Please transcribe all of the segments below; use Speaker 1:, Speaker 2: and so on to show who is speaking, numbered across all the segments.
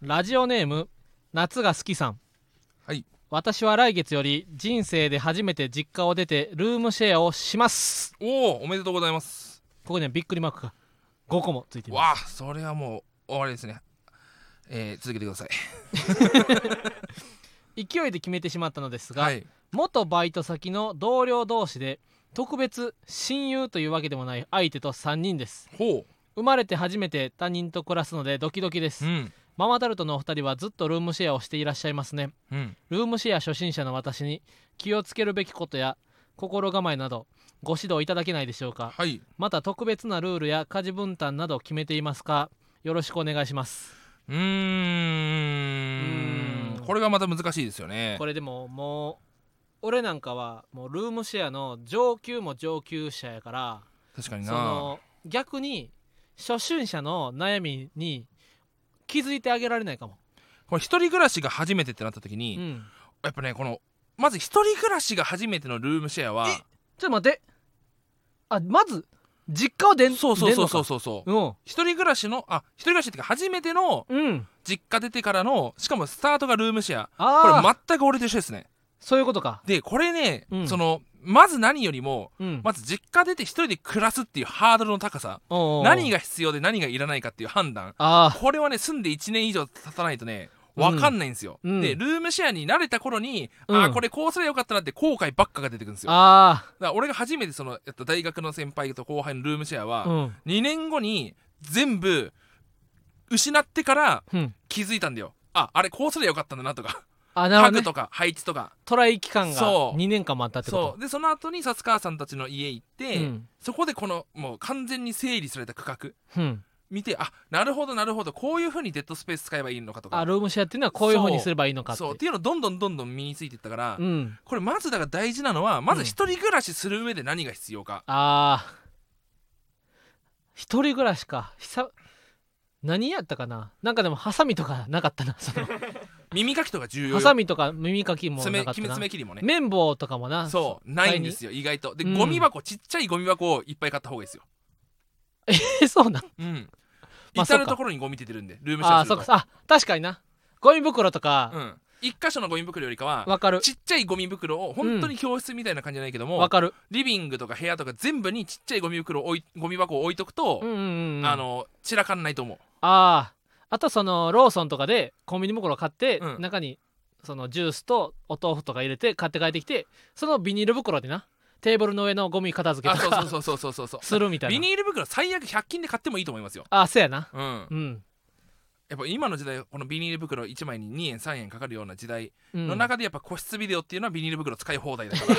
Speaker 1: ラジオネーム夏が好きさん
Speaker 2: はい
Speaker 1: 私は来月より人生で初めて実家を出てルームシェアをします
Speaker 2: おおおめでとうございます
Speaker 1: ここにはびっくりマークが5個もついています
Speaker 2: わあそれはもう終わりですねえー、続けてく ださい
Speaker 1: 勢いで決めてしまったのですが、
Speaker 2: はい
Speaker 1: 元バイト先の同僚同士で特別親友というわけでもない相手と3人です
Speaker 2: ほ
Speaker 1: 生まれて初めて他人と暮らすのでドキドキで
Speaker 2: う
Speaker 1: す
Speaker 2: うん
Speaker 1: ママタルトのお二人はずっとルームシェアをしていらっしゃいますね
Speaker 2: うん
Speaker 1: ルームシェア初心者の私に気をつけるべきことや心構えなどご指導いただけないでしょうか
Speaker 2: はい
Speaker 1: また特別なルールや家事分担など決めていますかよろしくお願いします
Speaker 2: うーん
Speaker 1: うーん
Speaker 2: これがまた難しいですよね
Speaker 1: これでももう俺なんかはもうルームシェアの上級も上級者やから
Speaker 2: 確かに
Speaker 1: そ
Speaker 2: な
Speaker 1: の逆に初心者の悩みに気づいてあげられないかも、
Speaker 2: これ一人暮らしが初めてってなった時
Speaker 1: う
Speaker 2: に、
Speaker 1: ん、
Speaker 2: やっぱねこのまず一人暮らしが初めてのルームシェアは
Speaker 1: ちょっと待ってあまず実家を出ん
Speaker 2: そうそうそうそう
Speaker 1: そ
Speaker 2: そうそう
Speaker 1: ううん
Speaker 2: 一人暮らしのあ一人暮らしっていうか初めての
Speaker 1: うん
Speaker 2: 実家出てからのしかもスタートがルームシェアこれ
Speaker 1: ああ、
Speaker 2: 全く俺と一緒ですね
Speaker 1: そういうことか
Speaker 2: でこれね、
Speaker 1: うん
Speaker 2: そのまず何よりも
Speaker 1: うん、
Speaker 2: まず実家出て一人で暮らすっていうハードルの高さ
Speaker 1: おうおう
Speaker 2: 何が必要で何がいらないかっていう判断
Speaker 1: あ
Speaker 2: これはね住んで1年以上経たないとね
Speaker 1: うん
Speaker 2: 分かんないんですよ、
Speaker 1: うん
Speaker 2: でルームシェアに慣れた頃に、
Speaker 1: うん
Speaker 2: ああこれこうすればよかったなって後悔ばっかが出てくるんです
Speaker 1: あ
Speaker 2: よだ
Speaker 1: あ
Speaker 2: から俺が初めてそのやった大学の先輩と後輩のルームシェア
Speaker 1: あ
Speaker 2: は、
Speaker 1: うん
Speaker 2: 2年後に全部失ってから
Speaker 1: うん
Speaker 2: 気づいたんだよああれこうすればよかったんだなとか
Speaker 1: あなる
Speaker 2: 家
Speaker 1: ほど、
Speaker 2: 具
Speaker 1: ね、
Speaker 2: とか配置とか
Speaker 1: トライ期間が
Speaker 2: そう
Speaker 1: 2年間もあったってこ
Speaker 2: そうでその後に薩川さんたちの家行って、
Speaker 1: とうん
Speaker 2: そこでこのもう完全に整理された区画
Speaker 1: うん、
Speaker 2: 見てあなるほどなるほどこういうふうにデッドスペース使えばいいのかと
Speaker 1: あ
Speaker 2: か
Speaker 1: ルームシェアっていうのはこういうふうにすればいいのかって
Speaker 2: そうっていうのをどんどんどんどん身についていったから、
Speaker 1: うん
Speaker 2: これまずだから大事なのはま
Speaker 1: う
Speaker 2: ず
Speaker 1: ん
Speaker 2: 一人暮らしする上で何が必要か、
Speaker 1: ああ一人暮らしか久何やったかななんかでもハサミとかなかったなその
Speaker 2: 耳かきとか重要
Speaker 1: ハサ
Speaker 2: よ
Speaker 1: ミとか耳かきも
Speaker 2: 爪
Speaker 1: なかった
Speaker 2: 決め
Speaker 1: な
Speaker 2: 爪切りもね
Speaker 1: 綿棒とかもな
Speaker 2: そうないんですよ意外とで、
Speaker 1: うん
Speaker 2: ゴミ箱ちっちゃいゴミ箱をいっぱい買った方がいいですよ
Speaker 1: え そうなん
Speaker 2: うん、
Speaker 1: まあ
Speaker 2: 至
Speaker 1: そ
Speaker 2: る
Speaker 1: うか
Speaker 2: 所にゴミ出てるんでルームシェ
Speaker 1: あ
Speaker 2: ア
Speaker 1: ー
Speaker 2: す
Speaker 1: そ
Speaker 2: る
Speaker 1: う
Speaker 2: と
Speaker 1: かあ確かになゴミ袋とか
Speaker 2: うん、一箇所のゴミ袋よりかは
Speaker 1: わかる
Speaker 2: ちっちゃいゴミ袋を本当に教室みたいな感じじゃないけども、
Speaker 1: わかる
Speaker 2: リビングとか部屋とか全部にちっちゃいゴミ袋を置いゴミ箱を置いとくと、
Speaker 1: うんうんうん
Speaker 2: あの散らかんないと思う
Speaker 1: あああとそのローソンとかでコンビニ袋買って、
Speaker 2: うん
Speaker 1: 中にそのジュースとお豆腐とか入れて買って帰ってきてそのビニール袋でなテーブルの上のゴミ片付け
Speaker 2: あ
Speaker 1: と
Speaker 2: そ
Speaker 1: か
Speaker 2: うそうそうそうそうそうそ
Speaker 1: するみた
Speaker 2: う
Speaker 1: いな
Speaker 2: ビニール袋最悪100均で買ってもいいと思いますよ
Speaker 1: あそうやな
Speaker 2: うんや
Speaker 1: うん、
Speaker 2: っぱ今の時代このビニール袋1枚に2円3円かかるような時代
Speaker 1: うん、
Speaker 2: の中でやっぱ個室ビデオっていうのはビニール袋使い放題だから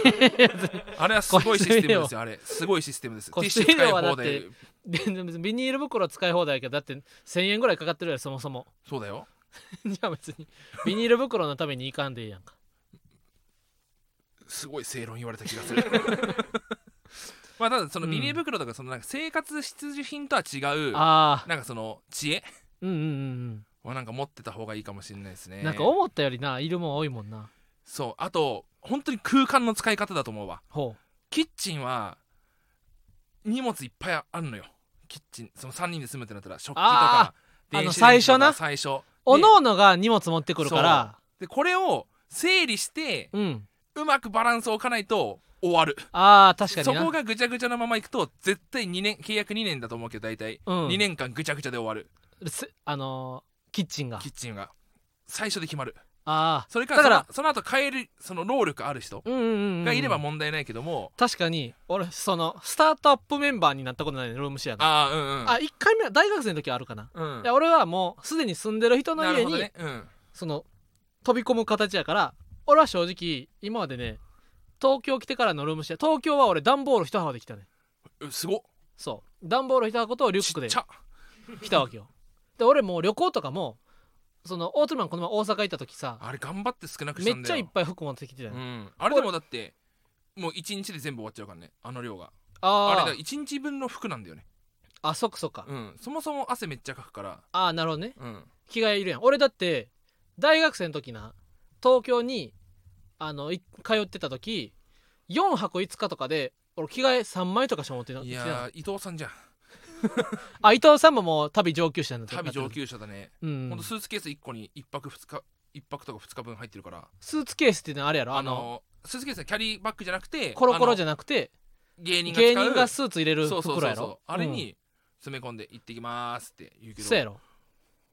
Speaker 2: あれはすごいシステムですよあれすごいシステムですティ
Speaker 1: 個
Speaker 2: ッ
Speaker 1: 室
Speaker 2: シュ
Speaker 1: ビデ
Speaker 2: 使い
Speaker 1: オはだっ
Speaker 2: 放
Speaker 1: て
Speaker 2: 題
Speaker 1: ででもビニール袋使い放題やけどだって1,000円ぐらいかかってるやろそもそ も
Speaker 2: そうだよ
Speaker 1: じゃあ別にビニール袋のためにいかんでいいやん か
Speaker 2: すごい正論言われた気が するまあただそのビニール袋とかそのなんか生活必需品とは違う
Speaker 1: ああ
Speaker 2: なんかその知恵
Speaker 1: うんうんうん
Speaker 2: をなんか持ってた方がいいかもしれないです
Speaker 1: う
Speaker 2: ね
Speaker 1: んなんか思ったよりないるもん多いもんな
Speaker 2: そうあと本当に空間の使い方だと思うわ
Speaker 1: ほ
Speaker 2: キッチンは荷物いっぱいあるのよキッチンその3人で住むってなったら食器とか
Speaker 1: あ
Speaker 2: 電子レンジとか
Speaker 1: あの最初な
Speaker 2: 最初
Speaker 1: うおのおのが荷物持ってくるから
Speaker 2: ででこれを整理して
Speaker 1: うん
Speaker 2: うまくバランスを置かないと終わる
Speaker 1: ああ確かに
Speaker 2: そ
Speaker 1: な
Speaker 2: こがぐちゃぐちゃのままいくと絶対2年契約2年だと思うけど大体、
Speaker 1: うん
Speaker 2: 2年間ぐちゃぐちゃで終わる
Speaker 1: すあのーキッチンが
Speaker 2: キッチンが最初で決まる
Speaker 1: ああ
Speaker 2: それか
Speaker 1: だか
Speaker 2: ら
Speaker 1: ら
Speaker 2: そのその後変えるその労力ある人
Speaker 1: うんうんうんうん
Speaker 2: がいれば問題ないけども、
Speaker 1: 確かに俺そのスタートアップメンバーになったことないねルームシェアのあ
Speaker 2: ああうんうん
Speaker 1: 1回目は大学生の時はあるかな、
Speaker 2: うん
Speaker 1: いや俺はもうすでに住んでる人の
Speaker 2: な
Speaker 1: 家
Speaker 2: るほ
Speaker 1: に、
Speaker 2: どね、うん、
Speaker 1: その飛び込む形やから俺は正直今までね東京来てからのルームシェア東京は俺段ボール一箱で来たね
Speaker 2: うすごっ
Speaker 1: そう段ボール一箱とリュ
Speaker 2: ち
Speaker 1: ックで
Speaker 2: っちゃ
Speaker 1: 来たわけよで俺もう旅行とかもそのオートルマンこの前大阪行った時さ
Speaker 2: あれ頑張って少なくし
Speaker 1: め
Speaker 2: たん
Speaker 1: っち
Speaker 2: だよ
Speaker 1: ゃいっぱい服持ってきてたよ、
Speaker 2: うん、あれでもだってもう1日で全部終わっちゃうからねあの量があ
Speaker 1: あ
Speaker 2: れ
Speaker 1: ー
Speaker 2: だ1日分の服なんだよね、
Speaker 1: あそっかそっか、
Speaker 2: うん、そもそも汗めっちゃかくから、
Speaker 1: ああなるほどね
Speaker 2: うん、
Speaker 1: 着替えいるやん俺だって大学生の時な東京にあのい通ってた時4泊5日とかで俺着替え3枚とかしか持ってなかっ
Speaker 2: い
Speaker 1: た
Speaker 2: やー伊藤さんじゃん
Speaker 1: あ伊藤さんももう旅上級者なんだ
Speaker 2: 旅上級者だね、
Speaker 1: うん
Speaker 2: ほんとスーツケース1個に1泊2日1泊とか2日分入ってるから
Speaker 1: スーツケースっていうのはあれやろ
Speaker 2: あ
Speaker 1: あの
Speaker 2: のスーツケースはキャリーバッグじゃなくて
Speaker 1: コロコロじゃ
Speaker 2: ゃ
Speaker 1: なくて
Speaker 2: 芸人が
Speaker 1: 芸人が
Speaker 2: 使
Speaker 1: スーツ入れ
Speaker 2: う
Speaker 1: る
Speaker 2: そうそう
Speaker 1: 袋
Speaker 2: そう
Speaker 1: や
Speaker 2: そう
Speaker 1: ろ
Speaker 2: あれに詰め込んで行ってきますって言う
Speaker 1: う
Speaker 2: け
Speaker 1: ん
Speaker 2: ど
Speaker 1: そうやろ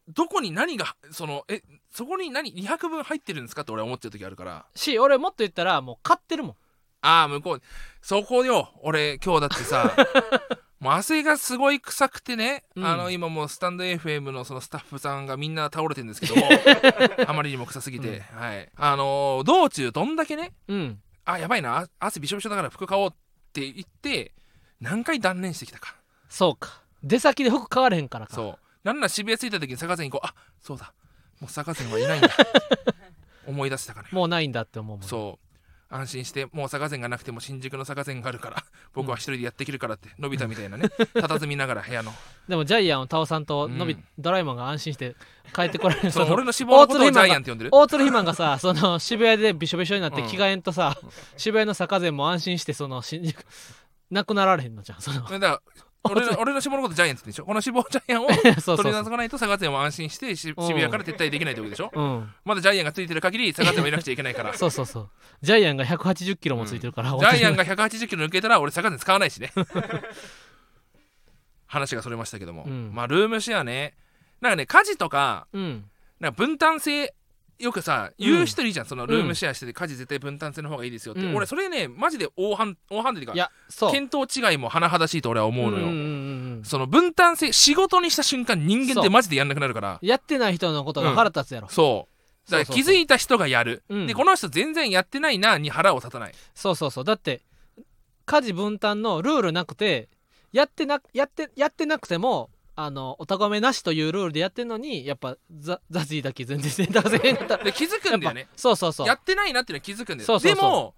Speaker 2: どこに何がそのえそこに何200分入ってるんですかって俺は思ってる時あるから
Speaker 1: し俺もっと言ったらもう買ってるもん
Speaker 2: ああ向こうそこよ俺今日だってさ もう汗がすごい臭くてね、
Speaker 1: うん
Speaker 2: あの今もうスタンド FM のそのスタッフさんがみんな倒れてるんですけ どもあまりにも臭すぎて、はいあのー道中どんだけね
Speaker 1: うん
Speaker 2: あやばいなあ汗びしょびしょだから服買おうって言って何回断念してきたか
Speaker 1: そうか出先で服買われへんからか
Speaker 2: そうなんなら渋谷着いた時に坂善行こうあそうだもう坂善はい ないんだ思い出したから
Speaker 1: もうないんだって思うもん
Speaker 2: そう安心してもう坂膳がなくても新宿の坂膳があるから僕は一人でやってきるからって伸びたみたい なね佇みながら部屋の
Speaker 1: でもジャイアンを倒さんとのび、
Speaker 2: うん
Speaker 1: ドラえもんが安心して帰ってこられる
Speaker 2: その
Speaker 1: その
Speaker 2: 俺の脂肪のこと
Speaker 1: 大鶴
Speaker 2: を
Speaker 1: 肥
Speaker 2: ジ
Speaker 1: 満
Speaker 2: ャ
Speaker 1: が
Speaker 2: イアンって呼んでる
Speaker 1: 大鶴ひまんがさその渋谷でびしょびしょになって
Speaker 2: うん
Speaker 1: 着替えんとさ、渋谷の坂前も安心してその新宿なくなられへんのじゃんその
Speaker 2: だから俺 の俺の脂肪のことジャイアンって言うんでしょこの脂肪ジャイアンを
Speaker 1: そうそ
Speaker 2: 取
Speaker 1: う
Speaker 2: り
Speaker 1: そう
Speaker 2: 除かないと坂膳は安心してし渋谷から撤退できないってことでしょ
Speaker 1: うん、
Speaker 2: まだジャイアンがついてる限り坂膳はいなくちゃいけないから ジ
Speaker 1: そうそうそうジャイアンが180キロもついてるから、
Speaker 2: ャイアンが180キロ抜けたら俺坂膳使わない しね話がそれましたけども、
Speaker 1: うん
Speaker 2: まあルームシェアねなんかね家事とか
Speaker 1: うん
Speaker 2: なんか分担性よくさ
Speaker 1: うん
Speaker 2: 言う人いるじゃん、そのルームシェアしてて家事絶対分担性の方がいいですよって、
Speaker 1: うん
Speaker 2: 俺それねマジで大反大反対っていう
Speaker 1: い
Speaker 2: か
Speaker 1: やそう
Speaker 2: 見当違いも甚だしいと俺は思うのよ、
Speaker 1: んんうんうん
Speaker 2: その分担性仕事にした瞬間人間っ
Speaker 1: そ
Speaker 2: て
Speaker 1: う
Speaker 2: マジでやんなくなるから
Speaker 1: やってない人のことが腹立つやろ、
Speaker 2: そうだから気づいた人がやる
Speaker 1: うん
Speaker 2: でこの人全然やってないなに腹を立たない
Speaker 1: そうそうそうだって家事分担のルールなくてやってなやってやってなくてもあのおたがめなしというルールでやってんのにやっぱザザジーだけ全然選択せへんか った
Speaker 2: で気づくんだよね
Speaker 1: そうそうそう
Speaker 2: やってないなっていうのは気づくんだよ
Speaker 1: そうそうそう
Speaker 2: でも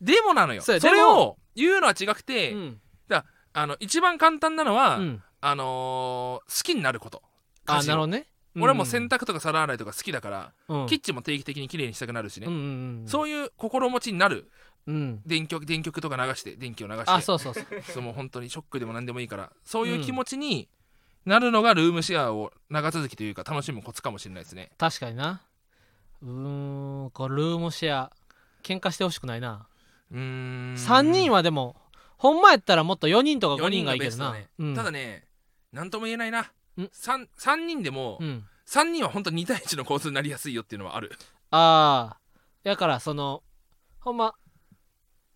Speaker 2: でもなのよ
Speaker 1: そ
Speaker 2: そうれ
Speaker 1: で
Speaker 2: を
Speaker 1: も
Speaker 2: 言うのは違くて、
Speaker 1: うん
Speaker 2: あの一番簡単なのは、
Speaker 1: うん、
Speaker 2: あのー好きになること
Speaker 1: あ
Speaker 2: 家事
Speaker 1: な
Speaker 2: を
Speaker 1: るほどね、
Speaker 2: 俺はもう洗濯とか皿洗いとか好きだから、
Speaker 1: 濯、うん、
Speaker 2: キッチンも定期的に綺麗にしたくなるしね、
Speaker 1: うんうんうん、
Speaker 2: そういう心持ちになる
Speaker 1: うん、うん、
Speaker 2: 電極電極とか流して電気を流して
Speaker 1: あそうそうそう
Speaker 2: そうもう本当にショックでも何でもいいからそういう気持ちになるのがルームシェアを長続きというか楽しむコツかもしれないですね
Speaker 1: 確かになうーんこれルームシェア喧嘩してほしくないな、
Speaker 2: うーん
Speaker 1: 3人はでもほんまやったらもっと4人とか
Speaker 2: 4
Speaker 1: 5人
Speaker 2: 人
Speaker 1: が
Speaker 2: が
Speaker 1: いいけ
Speaker 2: ベ
Speaker 1: ど
Speaker 2: ストだ
Speaker 1: な、
Speaker 2: ね、
Speaker 1: うん、
Speaker 2: ただね何とも言えないな
Speaker 1: うん
Speaker 2: 三三人でも、
Speaker 1: うん、
Speaker 2: 三人は本当に2対1の構図になりやすいよっていうのはある
Speaker 1: ああだからそのほんま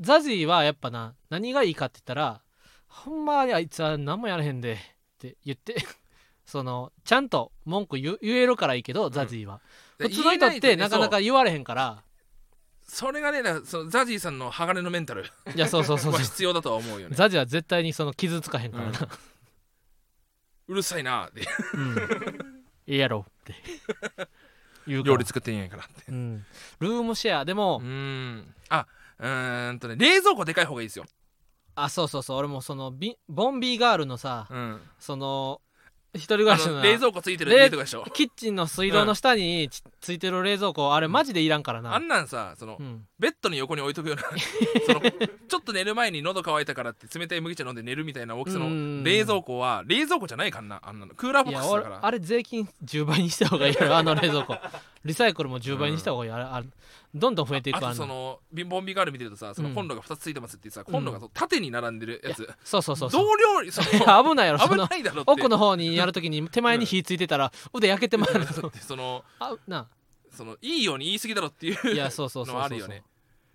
Speaker 1: ザジーはやっぱな何がいいかって言ったらほんまにあいつは何もやらへんでって言って そのちゃんと文句言う言えるからいいけど、ザジーは普通の人ってなかなか言われへんから
Speaker 2: そうそれがねだからそのザジーさんの鋼のメンタル
Speaker 1: い やそうそうそう
Speaker 2: は
Speaker 1: そう
Speaker 2: 必要だとは思うよね
Speaker 1: ザジーは絶対にその傷つかへんからな、
Speaker 2: うるさいなで
Speaker 1: うん、いいやろって言うか
Speaker 2: 料
Speaker 1: ら
Speaker 2: 理作ってんやからって
Speaker 1: うん、ルームシェアでも、
Speaker 2: うーんあうーんとね冷蔵庫でかい方がいいですよ、
Speaker 1: あそうそうそう俺もそのビボンビーガールのさ、
Speaker 2: うん、
Speaker 1: その一人暮
Speaker 2: あ
Speaker 1: らしの
Speaker 2: の
Speaker 1: な
Speaker 2: 冷蔵庫ついてる
Speaker 1: 冷
Speaker 2: 家とかでしょ
Speaker 1: キッチンの水道の下にちついてる冷蔵庫あれマジでいらんからな、
Speaker 2: あんなんさその、
Speaker 1: うん
Speaker 2: ベッドの横に置いと くようなそのちょっと寝る前に喉乾いたからって冷たい麦茶飲んで寝るみたいな大きさ
Speaker 1: うんうんう
Speaker 2: の
Speaker 1: ん
Speaker 2: 冷蔵庫は冷蔵庫じゃないかんなあんなのクーラーボ
Speaker 1: い
Speaker 2: ック
Speaker 1: や
Speaker 2: スだ
Speaker 1: 俺
Speaker 2: から
Speaker 1: あれ税金10倍にした方がいいよあの冷蔵 庫リサイクルも10倍にした方がいい、あれあれどんどん増えていく
Speaker 2: あと
Speaker 1: の
Speaker 2: その貧乏ビガール見てるとさその
Speaker 1: うん
Speaker 2: コンロが2つついてますってさ、コンロがそう縦に並んでるやつ
Speaker 1: そうそうそうそう
Speaker 2: 同量にその
Speaker 1: いや 危ないやろそ
Speaker 2: 危
Speaker 1: の
Speaker 2: ないだろって
Speaker 1: 奥の方にやるときに手前に火ついてたら腕焼け てまう
Speaker 2: でその
Speaker 1: あな
Speaker 2: そのいいように言い過ぎだろっていう
Speaker 1: いやそうそうそう
Speaker 2: の
Speaker 1: そ
Speaker 2: あ
Speaker 1: うそ
Speaker 2: る
Speaker 1: う
Speaker 2: よね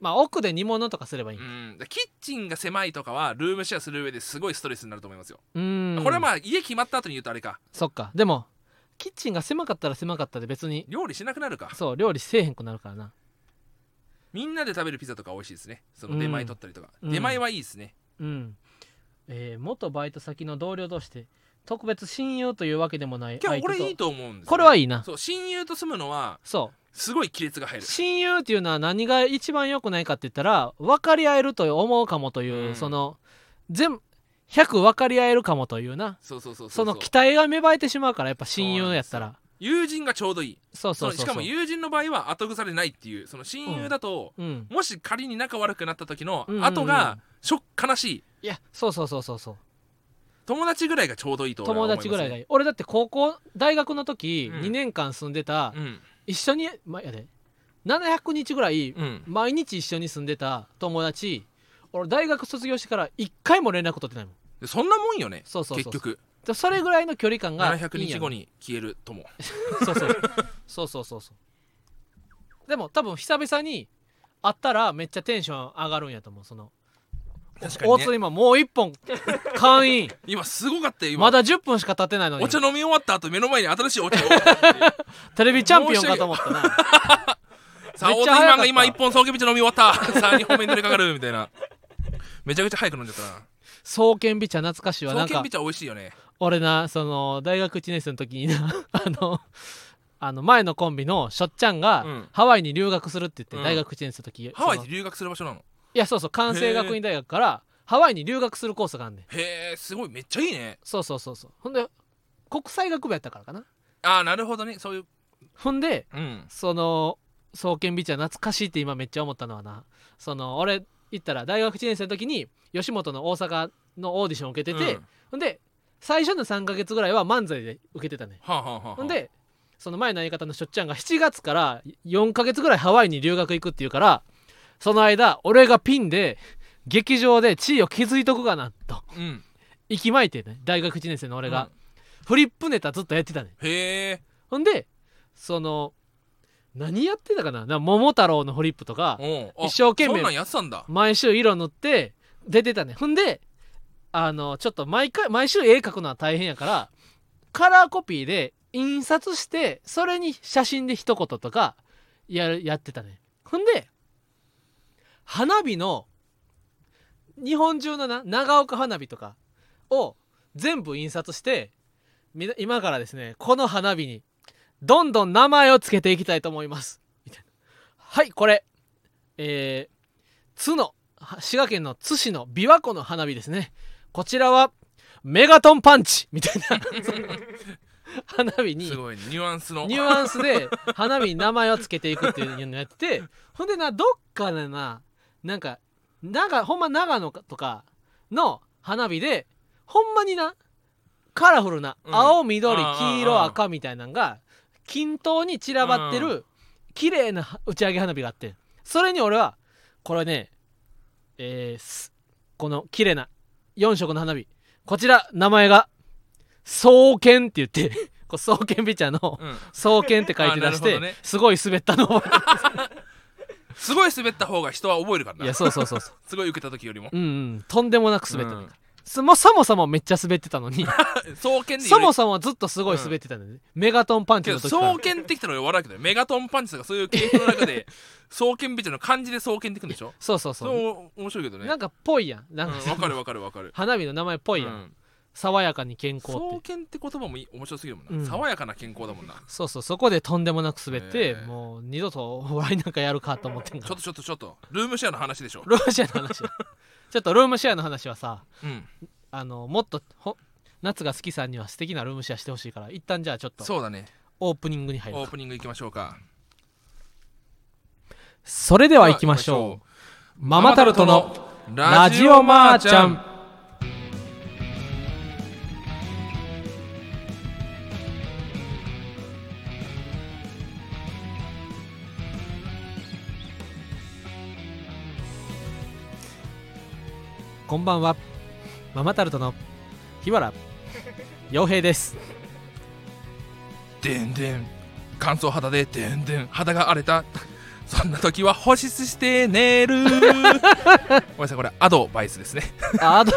Speaker 1: まあ奥で煮物とかすればいい
Speaker 2: うん、だキッチンが狭いとかはルームシェアする上ですごいストレスになると思いますよ、
Speaker 1: うん
Speaker 2: これはまあ家決まった後に言うとあれか
Speaker 1: そっかでもキッチンが狭かったら狭かったで別に
Speaker 2: 料理しなくなるか
Speaker 1: そう料理せえへんくなるからな
Speaker 2: みんなで食べるピザとか美味しいですねその
Speaker 1: うん
Speaker 2: 出前取ったりとか、
Speaker 1: うん
Speaker 2: 出前はいいですね
Speaker 1: うん、えー元バイト先の同僚として特別親友というわけでもない
Speaker 2: 今日
Speaker 1: 相
Speaker 2: こ
Speaker 1: 手
Speaker 2: れいい
Speaker 1: と
Speaker 2: と思うんですよね、
Speaker 1: これはいいいな
Speaker 2: そう親友と住むのは
Speaker 1: そ
Speaker 2: すごい亀裂が入
Speaker 1: う
Speaker 2: る
Speaker 1: 親友っていうのは何が一番良くないかって言ったら分かり合えると思うかもという、
Speaker 2: うん
Speaker 1: その全100分かり合えるかもというな
Speaker 2: そうそうそう
Speaker 1: そうの期待が芽生えてしまうからやっぱ親友やったら
Speaker 2: 友人がちょうどいい
Speaker 1: そうそうそう
Speaker 2: そのしかも友人の場合は後腐れないっていうその親友だと、
Speaker 1: うん
Speaker 2: もし仮に仲悪くなった時の
Speaker 1: うんうんうん
Speaker 2: 後がショック悲しい
Speaker 1: いやそうそうそうそうそう
Speaker 2: 友達ぐらいがちょうどいいと俺は
Speaker 1: 友
Speaker 2: 思います、
Speaker 1: 達ぐらいがいい俺だって高校大学の時、
Speaker 2: うん
Speaker 1: 2年間住んでた、
Speaker 2: うん
Speaker 1: 一緒に、ま、やで700日ぐらい、
Speaker 2: うん
Speaker 1: 毎日一緒に住んでた友達俺大学卒業してから1回も連絡取ってないもん
Speaker 2: でそんなもんよね
Speaker 1: そうそうそう
Speaker 2: 結局
Speaker 1: でそれぐらいの距離感がいいんや
Speaker 2: 700日後に消えるとも
Speaker 1: そうそうそうそうそうそうでも多分久々に会ったらめっちゃテンション上がるんやと思うその
Speaker 2: 確かに、
Speaker 1: 大
Speaker 2: ね
Speaker 1: 津、今もう1本会員
Speaker 2: 今すごかったよ今
Speaker 1: まだ10分しか経ってないのに
Speaker 2: お茶飲み終わった後目の前に新しい お茶を
Speaker 1: テレビチャンピオンかと思ったな
Speaker 2: さあ
Speaker 1: めっ
Speaker 2: 大
Speaker 1: ちゃ早かった
Speaker 2: 谷マンが今一本送検道飲み終わったさあ2本目に取りかかるみたいなめちゃくちゃ早く飲んじゃったな
Speaker 1: 双剣美茶懐かしいわな
Speaker 2: 創
Speaker 1: ん
Speaker 2: 建
Speaker 1: か
Speaker 2: ビ茶美味しいよね
Speaker 1: 俺なその大学1年生の時にな あのあの前のコンビのしょっちゃんが、
Speaker 2: うん
Speaker 1: ハワイに留学するって言って、
Speaker 2: うん
Speaker 1: 大学1年生の時
Speaker 2: ハワイ
Speaker 1: そ
Speaker 2: に
Speaker 1: のい
Speaker 2: 留学する場所なの
Speaker 1: やそうそう関西学院大学からハワイに留学するコースがあんねん
Speaker 2: へえすごいめっちゃいいね
Speaker 1: そうそうそうそうほんで国際学部やったからかな
Speaker 2: ああなるほどねそういう
Speaker 1: ほんで
Speaker 2: うん
Speaker 1: その双剣美茶懐かしいって今めっちゃ思ったのはなその俺行ったら大学1年生の時に吉本の大阪のオーディション受けてて、
Speaker 2: うん
Speaker 1: ほんで最初の3ヶ月ぐらいは漫才で受けてたね
Speaker 2: はあ、はあはあはあ、
Speaker 1: ほんでその前の相方のしょっちゃんが7月から4ヶ月ぐらいハワイに留学行くっていうからその間俺がピンで劇場で地位を築いとくがなと
Speaker 2: うん
Speaker 1: 息巻いてね大学1年生の俺が、
Speaker 2: うん
Speaker 1: フリップネタずっとやってたね
Speaker 2: へえ
Speaker 1: ほんでその何やってたかなな桃太郎のフリップとか
Speaker 2: おうあ
Speaker 1: 一生懸
Speaker 2: そんなん
Speaker 1: 命
Speaker 2: やってたんだ
Speaker 1: 毎週色塗って出てたねほんであのちょっと毎回毎週絵描くのは大変やからカラーコピーで印刷してそれに写真で一言とかやるやってたねほんで花火の日本中のな長岡花火とかを全部印刷してみな今からですねこの花火にどんどん名前をつけていきたいと思いますみたいなはいこれえー、津のは滋賀県の津市の琵琶湖の花火ですねこちらはメガトンパンチみたいな その花火に
Speaker 2: すごいねニュアンスの
Speaker 1: ニュアンスで花火に名前をつけていくっていうのやって てほんでなどっかでななんか長ほんま長野とかの花火でほんまになカラフルな
Speaker 2: うん
Speaker 1: 青緑
Speaker 2: あー
Speaker 1: 黄
Speaker 2: あ
Speaker 1: 色
Speaker 2: ーあー
Speaker 1: 赤みたいなのが均等に散らばって
Speaker 2: う
Speaker 1: る綺麗な打ち上げ花火があってそれに俺はこれねえーすこの綺麗な4色の花火こちら名前が「双剣」って言ってこう双剣ピッチャーの
Speaker 2: うん、
Speaker 1: 双剣って書いて出し
Speaker 2: あなるほど
Speaker 1: て、
Speaker 2: ね
Speaker 1: すごい滑ったのを覚え
Speaker 2: すごい滑った方が人は覚えるから
Speaker 1: て
Speaker 2: ない
Speaker 1: やそうそうそうそ
Speaker 2: すごい受けた時よりも
Speaker 1: ううんうんとんでもなく滑ってた、
Speaker 2: うん
Speaker 1: すもうそもそもめっちゃ滑ってたのに
Speaker 2: 創建で
Speaker 1: そも
Speaker 2: そ
Speaker 1: そもずっとすごい滑ってたのね、メガトンパンチ
Speaker 2: け
Speaker 1: の
Speaker 2: ど
Speaker 1: 時から
Speaker 2: 創建ってきたら俺笑うけどメガトンパンチとかそういう系統の 中で創建ビジョンの漢字で創建ってくんでしょ
Speaker 1: そうそう
Speaker 2: そ
Speaker 1: そう
Speaker 2: れも面白いけどね
Speaker 1: なんかぽいやんな
Speaker 2: うんん
Speaker 1: かさ、
Speaker 2: わ、かるわかるわかる
Speaker 1: 花火の名前ぽいやん、
Speaker 2: うん
Speaker 1: 爽やかに健康って
Speaker 2: 創建って言葉もいい面白すぎるもんな、
Speaker 1: うん
Speaker 2: 爽やかな健康だもんな
Speaker 1: そうそうそこでとんでもなく滑って、
Speaker 2: へえ
Speaker 1: もう二度とお笑いなんかやるかと思ってん
Speaker 2: ち
Speaker 1: から
Speaker 2: ょっとちょっとちょっとルームシェアの話でしょ、
Speaker 1: ルームシェアの話だ ちょっとルームシェアの話はさ
Speaker 2: うん、
Speaker 1: あのもっとほ夏が好きさんには素敵なルームシェアしてほしいから一旦じゃあちょっと
Speaker 2: そうだね
Speaker 1: オープニングに入る
Speaker 2: オープニングいきましょうか
Speaker 1: それでは行きましょう。ママタルトのラジオマーちゃん。こんばんは。ママタルトの日原洋平です。
Speaker 2: でんでん乾燥肌ででんでん肌が荒れたそんな時は保湿して寝 るごめんなさいこれアドバイスですね
Speaker 1: あアド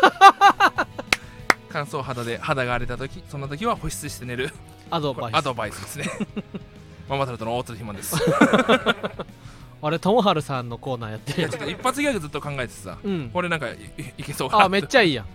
Speaker 2: 乾燥肌で肌が荒れた時そんな時は保湿して寝る
Speaker 1: アド
Speaker 2: こ
Speaker 1: バ
Speaker 2: れ
Speaker 1: イ
Speaker 2: ア
Speaker 1: ス。
Speaker 2: ドバイスですね ママタルトの大津ひまんです
Speaker 1: あれ、ともはるさんのコーナーやってる
Speaker 2: い
Speaker 1: や
Speaker 2: や
Speaker 1: ん
Speaker 2: ちょっと一発ギャグずっと考えてさ
Speaker 1: うん。
Speaker 2: これなんかいいいけそうかな
Speaker 1: あめっちゃいいやん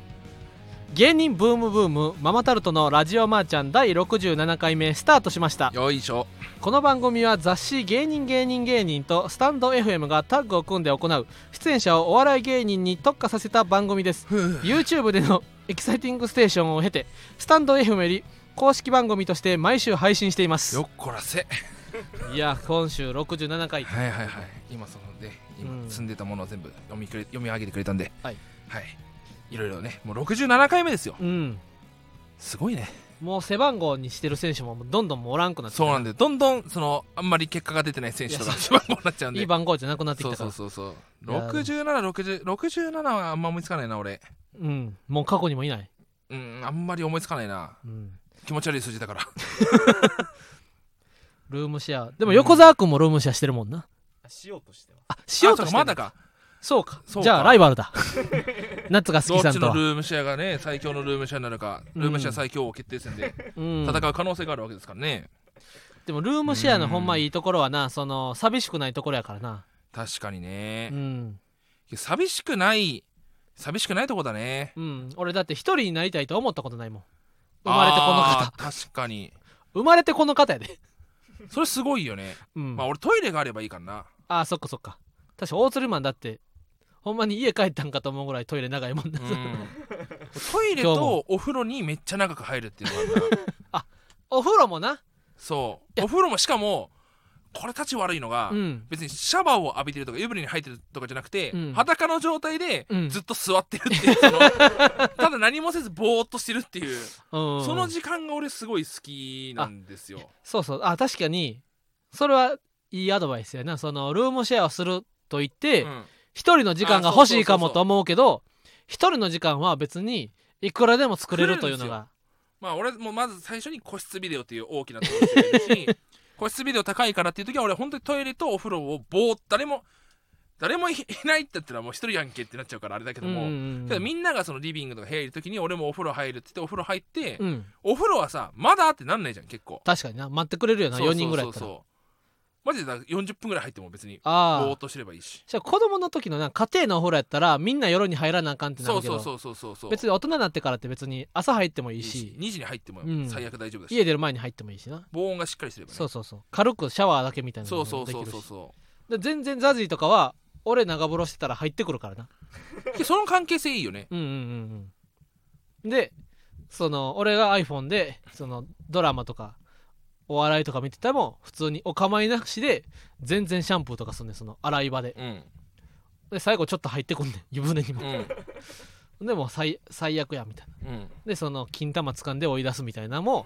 Speaker 1: 芸人ブームブームママタルトのラジオマーちゃん第67回目スタートしました
Speaker 2: よいしょ
Speaker 1: この番組は雑誌「芸人芸人芸人」とスタンド FM がタッグを組んで行う出演者をお笑い芸人に特化させた番組です YouTube でのエキサイティングステーションを経てスタンド FM より公式番組として毎週配信しています
Speaker 2: よっこらせ
Speaker 1: いや今週67回
Speaker 2: はいはいはい今そので今
Speaker 1: うん
Speaker 2: 住んでたものを全部読みくれ読み上げてくれたんで
Speaker 1: は
Speaker 2: はいいいろいろねもう67回目ですよ
Speaker 1: うん
Speaker 2: すごいね
Speaker 1: もう背番号にしてる選手もどんどんもうおらんくなってきた
Speaker 2: そうなんでどんどんそのあんまり結果が出てない選手とか一番こうなっちゃうんで
Speaker 1: いい番号じゃなくなってき
Speaker 2: そう
Speaker 1: たか
Speaker 2: そ
Speaker 1: ら
Speaker 2: うそうそう
Speaker 1: いや
Speaker 2: 676067はあんま思いつかないな俺
Speaker 1: うんもう過去にもいない、
Speaker 2: うんあんまり思いつかないな
Speaker 1: うん、
Speaker 2: 気持ち悪い数字だから
Speaker 1: ルームシェアでも横澤君もルームシェアしてるもんな
Speaker 3: しようとしてます
Speaker 1: あしよう
Speaker 2: あそ
Speaker 1: と
Speaker 2: う
Speaker 1: し
Speaker 2: か
Speaker 1: て
Speaker 2: ま
Speaker 1: る
Speaker 2: だか
Speaker 1: そうか
Speaker 2: そうか
Speaker 1: じゃあライバルだ 夏が好
Speaker 2: ど
Speaker 1: き
Speaker 2: っ
Speaker 1: さん
Speaker 2: ち
Speaker 1: と
Speaker 2: の
Speaker 1: は
Speaker 2: ルームシェアがね最強のルームシェアになるかルームシェア最強王決定戦で
Speaker 1: うん
Speaker 2: 戦う可能性があるわけですからね、
Speaker 1: でもルームシェアのほんまいいところはなその寂しくないところやからな
Speaker 2: 確かにね
Speaker 1: う、ん、
Speaker 2: 寂しくない寂しくないとこだね
Speaker 1: うん、俺だって一人になりたいと思ったことないもん生まれてこの
Speaker 2: あ
Speaker 1: 方
Speaker 2: ー確かに
Speaker 1: 生まれてこの方やで、
Speaker 2: それすごいよね、
Speaker 1: うん、
Speaker 2: まあ俺トイレがあればいいからな
Speaker 1: あーそっかそっか確か大鶴マンだってほんまに家帰ったんかと思うぐらいトイレ長いもんな、
Speaker 2: うんトイレ
Speaker 1: 今日も
Speaker 2: とお風呂にめっちゃ長く入るっていうのがあるな
Speaker 1: お風呂もな
Speaker 2: そう
Speaker 1: いや
Speaker 2: お風呂もしかもこれたち悪いのが、
Speaker 1: うん
Speaker 2: 別にシャワーを浴びてるとか湯船に入ってるとかじゃなくて、
Speaker 1: うん
Speaker 2: 裸の状態で
Speaker 1: うん
Speaker 2: ずっと座ってるっていう、その ただ何もせずぼーっとしてるっていう、
Speaker 1: うん
Speaker 2: その時間が俺すごい好きなんですよ
Speaker 1: そうそうあ確かにそれはいいアドバイスやなそのルームシェアをすると言って
Speaker 2: うん
Speaker 1: 一、人の時間が欲しいかもと思うけど一人の時間は別にいくらでも作れるというのが
Speaker 2: まあ俺もまず最初に個室ビデオっていう大きなところに入れる し個室ビデオ高いからっていう時は俺本当にトイレとお風呂をぼーっと誰も誰もいいないって言ったらもう一人やんけってなっちゃうからあれだけど
Speaker 1: う
Speaker 2: も、
Speaker 1: ん
Speaker 2: けどみんながそのリビングとか部屋いる時に俺もお風呂入るって言ってお風呂入って、
Speaker 1: うん
Speaker 2: お風呂はさまだってなんないじゃん結構
Speaker 1: 確かにな待ってくれるよな4人ぐらいやったら
Speaker 2: そうマジでだから40分ぐらい入っても別にぼ
Speaker 1: あ
Speaker 2: ー
Speaker 1: あ
Speaker 2: っとしてればいいし
Speaker 1: じゃあ子供の時のな家庭のお風呂やったらみんな夜に入らなあかんってな
Speaker 2: そ
Speaker 1: る
Speaker 2: う
Speaker 1: け
Speaker 2: そ
Speaker 1: ど
Speaker 2: うそうそうそうそう
Speaker 1: 別に大人になってからって別に朝入ってもい
Speaker 2: い
Speaker 1: い
Speaker 2: い
Speaker 1: し
Speaker 2: し2時に入っても
Speaker 1: うん
Speaker 2: 最悪大丈夫だし、
Speaker 1: 家出る前に入ってもいいしな、
Speaker 2: 防音がしっかりすればね
Speaker 1: そうそうそう軽くシャワーだけみたいなの
Speaker 2: そ
Speaker 1: も
Speaker 2: う
Speaker 1: でき
Speaker 2: そ
Speaker 1: る
Speaker 2: う
Speaker 1: し
Speaker 2: そうそうそう
Speaker 1: で全然ザジーとかは俺長風呂してたら入ってくるからな
Speaker 2: でその関係性いいよね。
Speaker 1: うんうんうんうんでその俺が iPhone でそのドラマとかお笑いとか見てても普通にお構いなしで全然シャンプーとかすんねんその洗い場で
Speaker 2: うん。
Speaker 1: で最後ちょっと入ってこんねん湯船に
Speaker 2: う
Speaker 1: も、
Speaker 2: ん。
Speaker 1: でもう最最悪やみたいな
Speaker 2: うん。
Speaker 1: でその金玉掴んで追い出すみたいなの も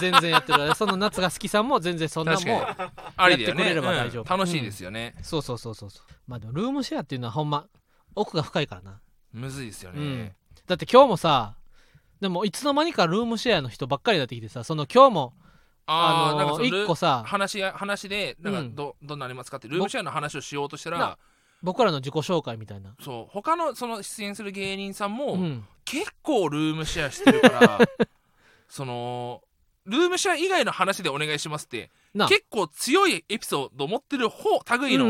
Speaker 1: 全然やってるその夏が好きさんも全然そんなん
Speaker 2: 確
Speaker 1: も
Speaker 2: かに。ありだよね。
Speaker 1: やってくれれば大丈夫
Speaker 2: うん楽しいですよね。
Speaker 1: そうそうそうそうそうまあでもルームシェアっていうのはほんま奥が深いからな
Speaker 2: むずいですよ
Speaker 1: う
Speaker 2: ね
Speaker 1: ん。だって今日もさでもいつの間にかルームシェアの人ばっかりになってきてさその今日もあ
Speaker 2: ああ、なんか
Speaker 1: の
Speaker 2: そ
Speaker 1: ー一個
Speaker 2: の
Speaker 1: さ
Speaker 2: 話や話でなんか
Speaker 1: うん
Speaker 2: どどんなありますかってルームシェアの話をしようとしたら、
Speaker 1: 僕らの自己紹介みたいな
Speaker 2: そう他のその出演する芸人さん
Speaker 1: う
Speaker 2: も
Speaker 1: ん
Speaker 2: 結構ルームシェアしてるから、 そのルームシェア以外の話でお願いしますって
Speaker 1: な
Speaker 2: 結構強いエピソード持ってる方類
Speaker 1: うん
Speaker 2: の
Speaker 1: う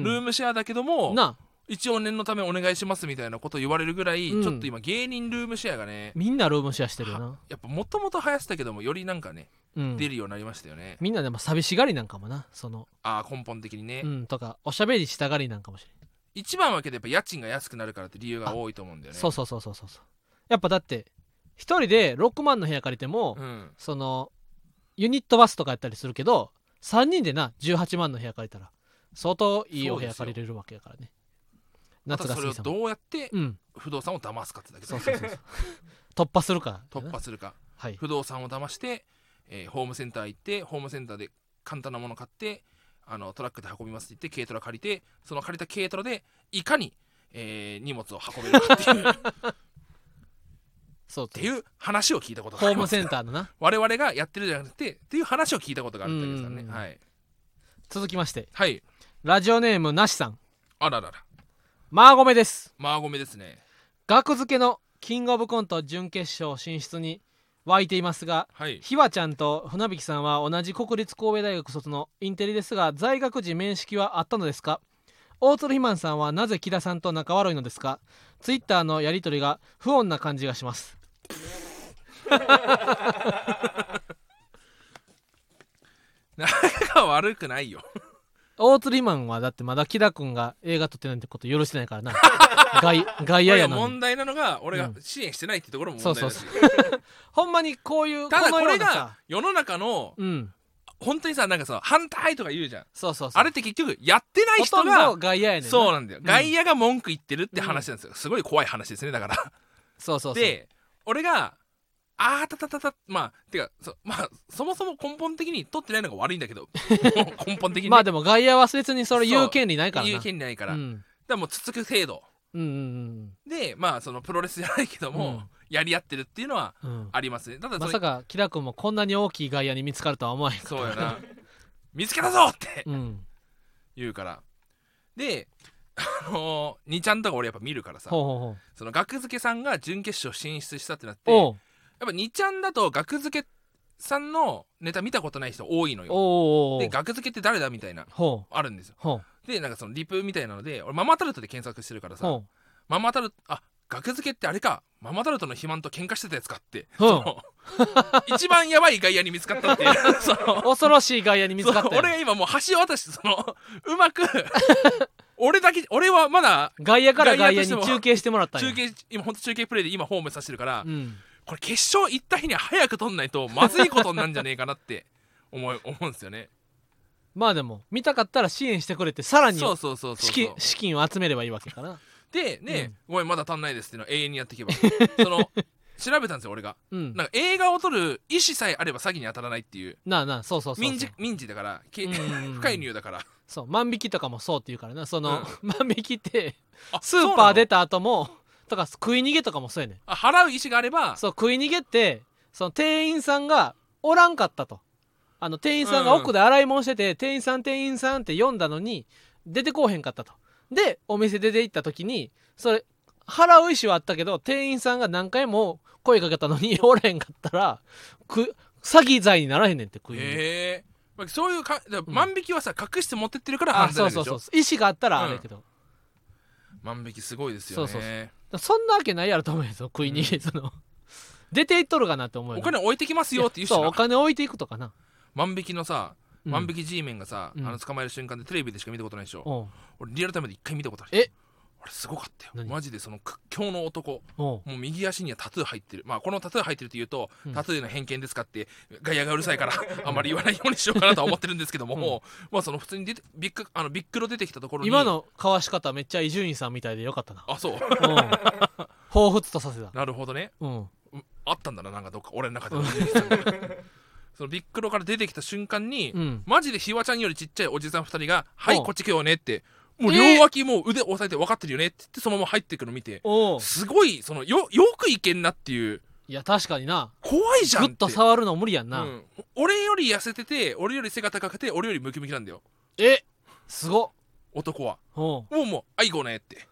Speaker 1: ん
Speaker 2: ル
Speaker 1: う
Speaker 2: ー
Speaker 1: ん
Speaker 2: ムシェアだけど
Speaker 1: う
Speaker 2: も
Speaker 1: ん、な
Speaker 2: 一応念のためお願いしますみたいなこと言われるぐらい、
Speaker 1: うん
Speaker 2: ちょっと今芸人ルームシェアがね
Speaker 1: みんなルームシェアしてるよな、
Speaker 2: やっぱもともと生やしてたけどもよりなんかね、
Speaker 1: うん、
Speaker 2: 出るようになりましたよね
Speaker 1: みんなでも寂しがりなんかもなその
Speaker 2: ああ根本的にね、
Speaker 1: うんとかおしゃべりしたがりなんかもしれない、
Speaker 2: 一番はけどやっぱ家賃が安くなるからって理由が多いと思うんだよね
Speaker 1: そうそうそうそうそうそうやっぱだって一人で6万の部屋借りても、
Speaker 2: うん
Speaker 1: そのユニットバスとかやったりするけど3人でな18万の部屋借りたら相当いいお部屋借りれるわけやからね
Speaker 2: あと
Speaker 1: 夏が
Speaker 2: そ
Speaker 1: 好
Speaker 2: れを
Speaker 1: きさんも
Speaker 2: どうやって
Speaker 1: うん
Speaker 2: 不動産を騙すかってだけだ
Speaker 1: そうそうそうそう突破するか
Speaker 2: 突破するか
Speaker 1: はい
Speaker 2: 不動産を騙して、えーホームセンター行ってホームセンターで簡単なもの買ってあのトラックで運びますって言って軽トラ借りてその借りた軽トラでいかに、えー荷物を運べるかっていう
Speaker 1: そうっ
Speaker 2: っていう話を聞いたことが
Speaker 1: ホ
Speaker 2: あ
Speaker 1: ー
Speaker 2: りま
Speaker 1: ム
Speaker 2: す
Speaker 1: センターのな
Speaker 2: 我々がやってるじゃなくてっていう話を聞いたことがあるんだけどさね
Speaker 1: うん
Speaker 2: はい
Speaker 1: 続きまして
Speaker 2: はい
Speaker 1: ラジオネームなしさん
Speaker 2: あららら
Speaker 1: マーゴメです
Speaker 2: マーゴメですね
Speaker 1: 額付けのキングオブコント準決勝進出に湧 いていますが
Speaker 2: はい
Speaker 1: ひわちゃんと船引さんは同じ国立神戸大学卒のインテリですが在学時面識はあったのですか大鶴ひまんさんはなぜ木田さんと仲悪いのですかツイッターのやりとりが不穏な感じがします
Speaker 2: 仲悪くないよ
Speaker 1: 大鶴ひまんはだってまだ木田君が映画撮ってないってこと許してない からな外外野
Speaker 2: い
Speaker 1: や
Speaker 2: や
Speaker 1: なのに
Speaker 2: 問題なのが俺が
Speaker 1: うん
Speaker 2: 支援してないってところも問題だし
Speaker 1: そうほんまにこういう
Speaker 2: ただ
Speaker 1: の
Speaker 2: こ
Speaker 1: よう
Speaker 2: れ
Speaker 1: な
Speaker 2: が
Speaker 1: さ
Speaker 2: 世の中の
Speaker 1: うん
Speaker 2: 本当にさなんかさ反対とか言うじゃん
Speaker 1: そうそうそう
Speaker 2: あれって結局やってない
Speaker 1: ほと
Speaker 2: 人
Speaker 1: んど
Speaker 2: が
Speaker 1: 外野やねんな
Speaker 2: そうなんだよ
Speaker 1: うん
Speaker 2: 外野が文句言ってるって話なんですよすごい怖い話ですねだから
Speaker 1: そうそうそう
Speaker 2: で俺があーたたたたまあてかそ,、 まあ、そもそも根本的に取ってないのが悪いんだけど もう根本的にね、
Speaker 1: まあでも外野は別にそれ言う権利ないからな
Speaker 2: 言う権利ないから、
Speaker 1: う
Speaker 2: だか
Speaker 1: ん、
Speaker 2: らもうつつく程度
Speaker 1: うんうん
Speaker 2: でまあそのプロレスじゃないけども、
Speaker 1: うん
Speaker 2: やり合ってるっていうのは
Speaker 1: うんうん
Speaker 2: ありますねただそれ
Speaker 1: まさかキラ君もこんなに大きい外野に見つかるとは思わへんかった
Speaker 2: そうやな見つけたぞって
Speaker 1: うん
Speaker 2: 言うからであのー、2ちゃんとか俺やっぱ見るからさ
Speaker 1: ほうほうほう
Speaker 2: その学付けさんが準決勝進出したってなって
Speaker 1: おう
Speaker 2: やっぱ2ちゃんだと学付けさんのネタ見たことない人多いの
Speaker 1: お
Speaker 2: よ
Speaker 1: うおうおう
Speaker 2: で学付けって誰だみたいな
Speaker 1: ほう
Speaker 2: あるんですよ
Speaker 1: ほう
Speaker 2: でなんかそのリプみたいなので俺ママタルトで検索してるからさ
Speaker 1: ほ
Speaker 2: ママタルトあ学付けってあれかママタルトの肥満と喧嘩してたやつかって、
Speaker 1: うん
Speaker 2: その一番やばい外野に見つかったっていう その
Speaker 1: う恐ろしい外野に見つかった
Speaker 2: そう俺
Speaker 1: よ
Speaker 2: が今もう橋渡してそ のうまく俺だけ俺はまだ
Speaker 1: 外野から外野
Speaker 2: 外野と
Speaker 1: に
Speaker 2: しても
Speaker 1: 中継してもらったんや
Speaker 2: 中継今本当中継プレイで今ホームさせてるから、
Speaker 1: うん
Speaker 2: これ決勝行った日には早く取んないとまずいことになんじゃねえかなって 思い思うんですよね
Speaker 1: まあでも見たかったら支援してくれてさらに
Speaker 2: そうそうそうそう
Speaker 1: 資金資金を集めればいいわけかな
Speaker 2: でね、ごめんまだ足んないですっていうのを永遠にやっていけ ばその調べたんですよ俺が
Speaker 1: うん
Speaker 2: なんか映画を撮る意思さえあれば詐欺に当たらないっていう
Speaker 1: なあなあそうそうそうそう
Speaker 2: 民事民事だから、け
Speaker 1: うんうん うん
Speaker 2: 深い入だから
Speaker 1: そう万引きとかもそうって言うからなその、万引きって
Speaker 2: あ
Speaker 1: スーパー出
Speaker 2: そうなの
Speaker 1: た後もとか食い逃げとかもそうやねん
Speaker 2: あ払う意思があれば
Speaker 1: そう食い逃げってその店員さんがおらんかったとあの店員さんが奥で洗い物してて、店員さん店員さんって読んだのに出てこうへんかったとでお店出て行った時にそれ払う意思はあったけど店員さんが何回も声かけたのに おらへんかったらく詐欺罪にならへんねんって食い逃げ、
Speaker 2: へえまあそういうかだから
Speaker 1: うん
Speaker 2: 万引きはさ、隠して持ってってるか
Speaker 1: あ
Speaker 2: ら犯罪
Speaker 1: そ
Speaker 2: な
Speaker 1: うんそ
Speaker 2: でしょ
Speaker 1: うそう意思があったらあれやけど、
Speaker 2: 万引きすごいですよね
Speaker 1: そうそうそんなわけないやろと思うよその食い逃げ、その出ていっとるかなって思うよ
Speaker 2: お金置いてきますよって言うし
Speaker 1: そう
Speaker 2: な
Speaker 1: お金置いていくとかな、
Speaker 2: 万引きのさ
Speaker 1: うん
Speaker 2: 万引き G メンがさ、
Speaker 1: うん
Speaker 2: あの捕まえる瞬間でテレビでしか見たことないでしょ、
Speaker 1: おう
Speaker 2: 俺リアルタイムで一回見たことある
Speaker 1: え
Speaker 2: 俺すごかったよ
Speaker 1: 何
Speaker 2: マジでその屈強の男
Speaker 1: おう
Speaker 2: もう右足にはタトゥー入ってるまあこのタトゥー入ってるというと、
Speaker 1: うん
Speaker 2: タトゥーの偏見ですかって外野がうるさいからあんまり言わないようにしようかなとは思ってるんですけども、まあその普通に出てビッグあのビックロ出てきたところに
Speaker 1: 今の交わし方めっちゃ伊集院さんみたいでよかったな
Speaker 2: あそう
Speaker 1: うん彷彿とさせた
Speaker 2: なるほどね
Speaker 1: うん
Speaker 2: うあったんだななんかどっか俺 の中で
Speaker 1: うん
Speaker 2: そのビックロから出てきた瞬間に、
Speaker 1: うん
Speaker 2: マジでひわちゃんよりちっちゃいおじさん2人が「はい
Speaker 1: うん
Speaker 2: こっち来ようね」ってもう
Speaker 1: えー
Speaker 2: 両脇もう腕押さえて分かってるよねって言ってそのまま入ってくの見て
Speaker 1: おう
Speaker 2: すごいそのよよくいけんなっていう
Speaker 1: いや確かにな
Speaker 2: 怖いじゃん
Speaker 1: グ
Speaker 2: って
Speaker 1: ッと触るの無理やんな、
Speaker 2: うん俺より痩せてて俺より背が高くて俺よりムキムキなんだよ
Speaker 1: えすごっ
Speaker 2: 男は
Speaker 1: おう
Speaker 2: もうもう「あいこうね」って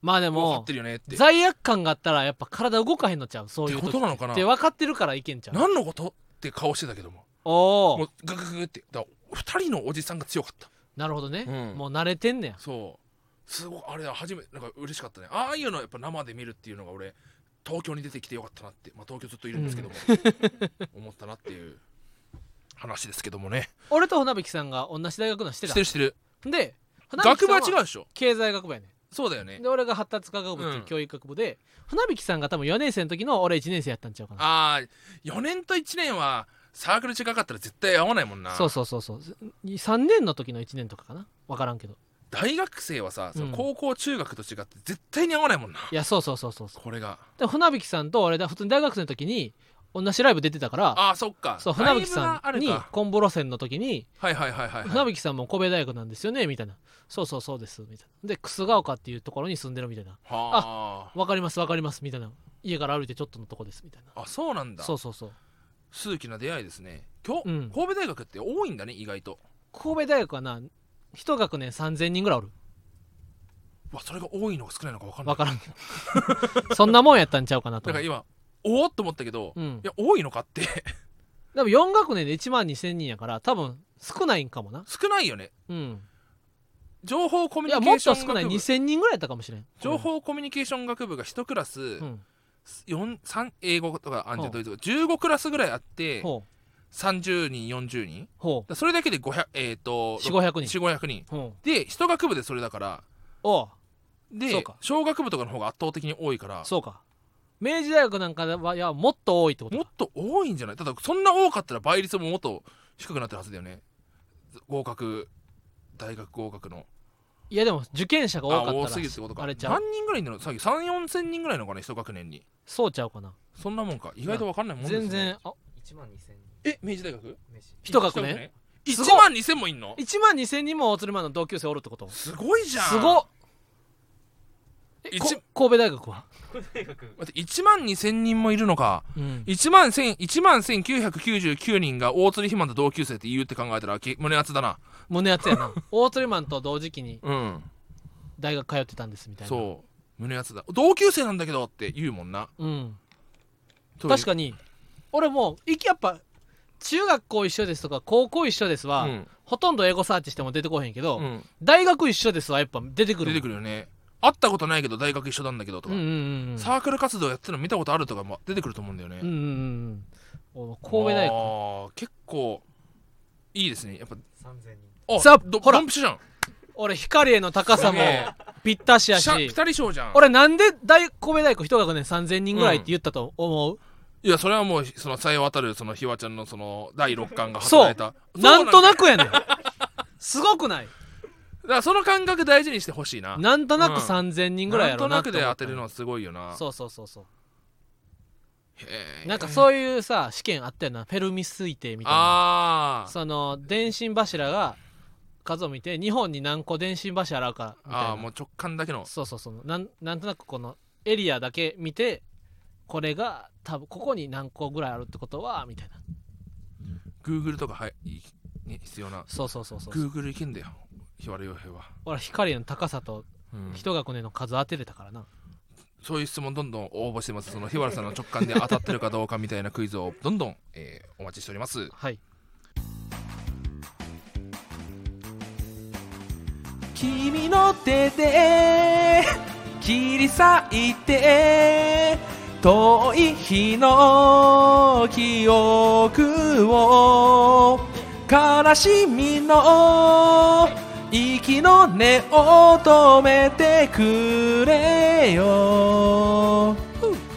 Speaker 1: まあで
Speaker 2: もう分か
Speaker 1: も
Speaker 2: ってるよねってっ
Speaker 1: 罪悪感があったらやっぱ体動かへんのちゃうそう
Speaker 2: て
Speaker 1: いう
Speaker 2: こ
Speaker 1: 時
Speaker 2: となのかな
Speaker 1: って分かってるからいけんちゃう
Speaker 2: 何のことって顔してたけども
Speaker 1: お
Speaker 2: も
Speaker 1: お
Speaker 2: うググググってだ2人のおじさんが強かった
Speaker 1: なるほどね、
Speaker 2: うん
Speaker 1: もう慣れてんねや
Speaker 2: そうすごいあれだ初めてなんか嬉しかったねああいうのやっぱ生で見るっていうのが俺東京に出てきてよかったなって、まあ、東京ずっといるんで すけども、思ったなっていう話ですけどもね
Speaker 1: 俺と船引さんが同じ大学のして
Speaker 2: したてるしてる
Speaker 1: で船引
Speaker 2: 学部は
Speaker 1: さん
Speaker 2: 違うでしょ
Speaker 1: 経済学部やね
Speaker 2: そうだよね
Speaker 1: で俺が発達科学部っていう教育学部で、船引さんが多分4年生の時の俺1年生やったんちゃうかな
Speaker 2: ああ4年と1年はサークル違かったら絶対合わないもんな
Speaker 1: そうそうそうそう3年の時の1年とかかな分からんけど
Speaker 2: 大学生はさそ
Speaker 1: うん
Speaker 2: の高校中学と違って絶対に合わないもんな、
Speaker 1: いやそうそうそうそうそう
Speaker 2: これが
Speaker 1: で船引さんと俺だ普通に大学生の時に同じライブ出てたから
Speaker 2: ああそっか
Speaker 1: そう
Speaker 2: だい
Speaker 1: 船
Speaker 2: ぶ
Speaker 1: 引さ
Speaker 2: なあ
Speaker 1: ん
Speaker 2: れ
Speaker 1: に
Speaker 2: か
Speaker 1: コンボ路線の時に
Speaker 2: はいはいはいはい、はい、
Speaker 1: 船引さんも神戸大学なんですよねみたいなそうそうそうですみたいなで楠ヶ丘っていうところに住んでるみたいな
Speaker 2: は
Speaker 1: わかりますわかりますみたいな家から歩いてちょっとのとこですみたいな
Speaker 2: ああそうなんだ
Speaker 1: そうそうそう
Speaker 2: 数奇な出会いですね今日、
Speaker 1: うん
Speaker 2: 神戸大学って多いんだね意外と
Speaker 1: 神戸大学はな一学年3000人ぐらいおる
Speaker 2: うわそれが多いのか少ないのか分かんな
Speaker 1: わ
Speaker 2: い
Speaker 1: からんけど そんなもんやったんちゃうかなと
Speaker 2: だか
Speaker 1: 思
Speaker 2: ら
Speaker 1: う
Speaker 2: 今おおっと思ったけど、
Speaker 1: うん
Speaker 2: いや多いのかって
Speaker 1: でも4学年で1万2000人やから多分少ないんかもな
Speaker 2: 少ないよね
Speaker 1: うん
Speaker 2: 情報コミ
Speaker 1: い
Speaker 2: ュ
Speaker 1: や
Speaker 2: ニ
Speaker 1: も
Speaker 2: ケー
Speaker 1: っ
Speaker 2: ショ
Speaker 1: と
Speaker 2: ン
Speaker 1: 少ない
Speaker 2: 学部
Speaker 1: 2000人ぐらいやったかもしれん
Speaker 2: 情報コミュニケーション学部が1クラス、
Speaker 1: うん
Speaker 2: 四三英語とかあんじゃ
Speaker 1: ほ
Speaker 2: ドイツ語15クラスぐらいあって
Speaker 1: ほう
Speaker 2: 30人40人
Speaker 1: ほ
Speaker 2: だそれだけで500えっ、と
Speaker 1: う4500人
Speaker 2: 4 5 0 0人
Speaker 1: ほう
Speaker 2: で一学部でそれだから
Speaker 1: おうそ
Speaker 2: で
Speaker 1: うか
Speaker 2: 小学部とかの方が圧倒的に多いから
Speaker 1: そうか明治大学なんかはいやもっと多いってこと
Speaker 2: もっ
Speaker 1: か
Speaker 2: と多いんじゃないただそんな多かったら倍率ももっと低くなってるはずだよね合格大学合格の
Speaker 1: いやでも受験者が多か
Speaker 2: あ
Speaker 1: ったら
Speaker 2: 多すぎるってことか
Speaker 1: あれちゃう
Speaker 2: 何人ぐらいいるのさっき34000人ぐらいのかな一学年に
Speaker 1: そうちゃうかな、
Speaker 2: そんなもんか意外と分かんないもんです、ね、
Speaker 1: 全然あ
Speaker 3: 1万2000
Speaker 2: え明治大学
Speaker 3: 飯
Speaker 1: 一学年す
Speaker 2: 1
Speaker 1: ごい
Speaker 2: 万2000もいんの
Speaker 1: 1万2000人もオーツルマンの同級生おるってことす
Speaker 2: すごいじゃん
Speaker 1: ごっえ
Speaker 2: 一
Speaker 1: こ神戸大学は
Speaker 3: 大学
Speaker 2: 待って1万2000人もいるのか
Speaker 1: うん
Speaker 2: 1万千1万1999人が大鶴肥満と同級生って言うって考えたらき胸熱だな
Speaker 1: 胸熱やなオーツルマンと同時期に
Speaker 2: うん
Speaker 1: 大学通ってたんですみたいなう、
Speaker 2: そう胸熱だ同級生なんだけどって言うもんな
Speaker 1: うん、確
Speaker 2: か
Speaker 1: かに俺もういきやっぱ中学校一緒ですとか高校一緒ですは、
Speaker 2: うん
Speaker 1: ほとんど英語サーチしても出てこへんけど、
Speaker 2: うん、
Speaker 1: 大学一緒ですはやっぱ出てくる
Speaker 2: 出てくるよね会ったことないけど大学一緒なんだけどと
Speaker 1: うん
Speaker 2: か、
Speaker 1: うんうんうん
Speaker 2: サークル活動やってるの見たことあるとかも出てくると思うんだよね、
Speaker 1: うんうんうんお神戸大
Speaker 2: あ
Speaker 1: 学
Speaker 2: ー結構いいですねやっぱ
Speaker 3: 3000人
Speaker 2: あ
Speaker 1: さ
Speaker 2: ど
Speaker 1: ほら
Speaker 2: ドンピシャじゃん
Speaker 1: 俺光への高さも
Speaker 2: ね
Speaker 1: ぴったしや
Speaker 2: シャピ
Speaker 1: し
Speaker 2: タリ賞じゃん
Speaker 1: 俺なんで大神戸大学一学年3000人ぐらいって言ったと思う、
Speaker 2: いやそれはもうそのさえ渡るそのひわちゃんのその第六感が働いたそう
Speaker 1: なんと
Speaker 2: だ
Speaker 1: なくやねんすごくない
Speaker 2: だからその感覚大事にしてほしいな
Speaker 1: なんとな
Speaker 2: うん
Speaker 1: く3000人ぐらいやろ
Speaker 2: なん
Speaker 1: な
Speaker 2: となくで当てるのはすごいよな
Speaker 1: そうそうそうそう
Speaker 2: へー
Speaker 1: なんかそういうさ試験あったよなフェルミ推定みたいな
Speaker 2: あー
Speaker 1: その電信柱が数を見て日本に何個電信柱あるかみたい
Speaker 2: あ
Speaker 1: な
Speaker 2: ーもう直感だけの
Speaker 1: そうそうそうなんなんとなくこのエリアだけ見てこれが多分ここに何個ぐらいあるってことはみたいな
Speaker 2: Google とかはい、ね、必要な
Speaker 1: そうそうそうそう
Speaker 2: Google いけんだよひわるよ平は、
Speaker 1: 俺光の高さと
Speaker 2: うん
Speaker 1: 一学年の数当てれたからな、
Speaker 2: そういう質問どんどん応募してますその日原さんの直感で当たってるかどうかみたいなクイズをどんどん、えーお待ちしております
Speaker 1: はい
Speaker 4: 君の手で切り裂いて遠い日の記憶を悲しみの息の根を止めてくれよ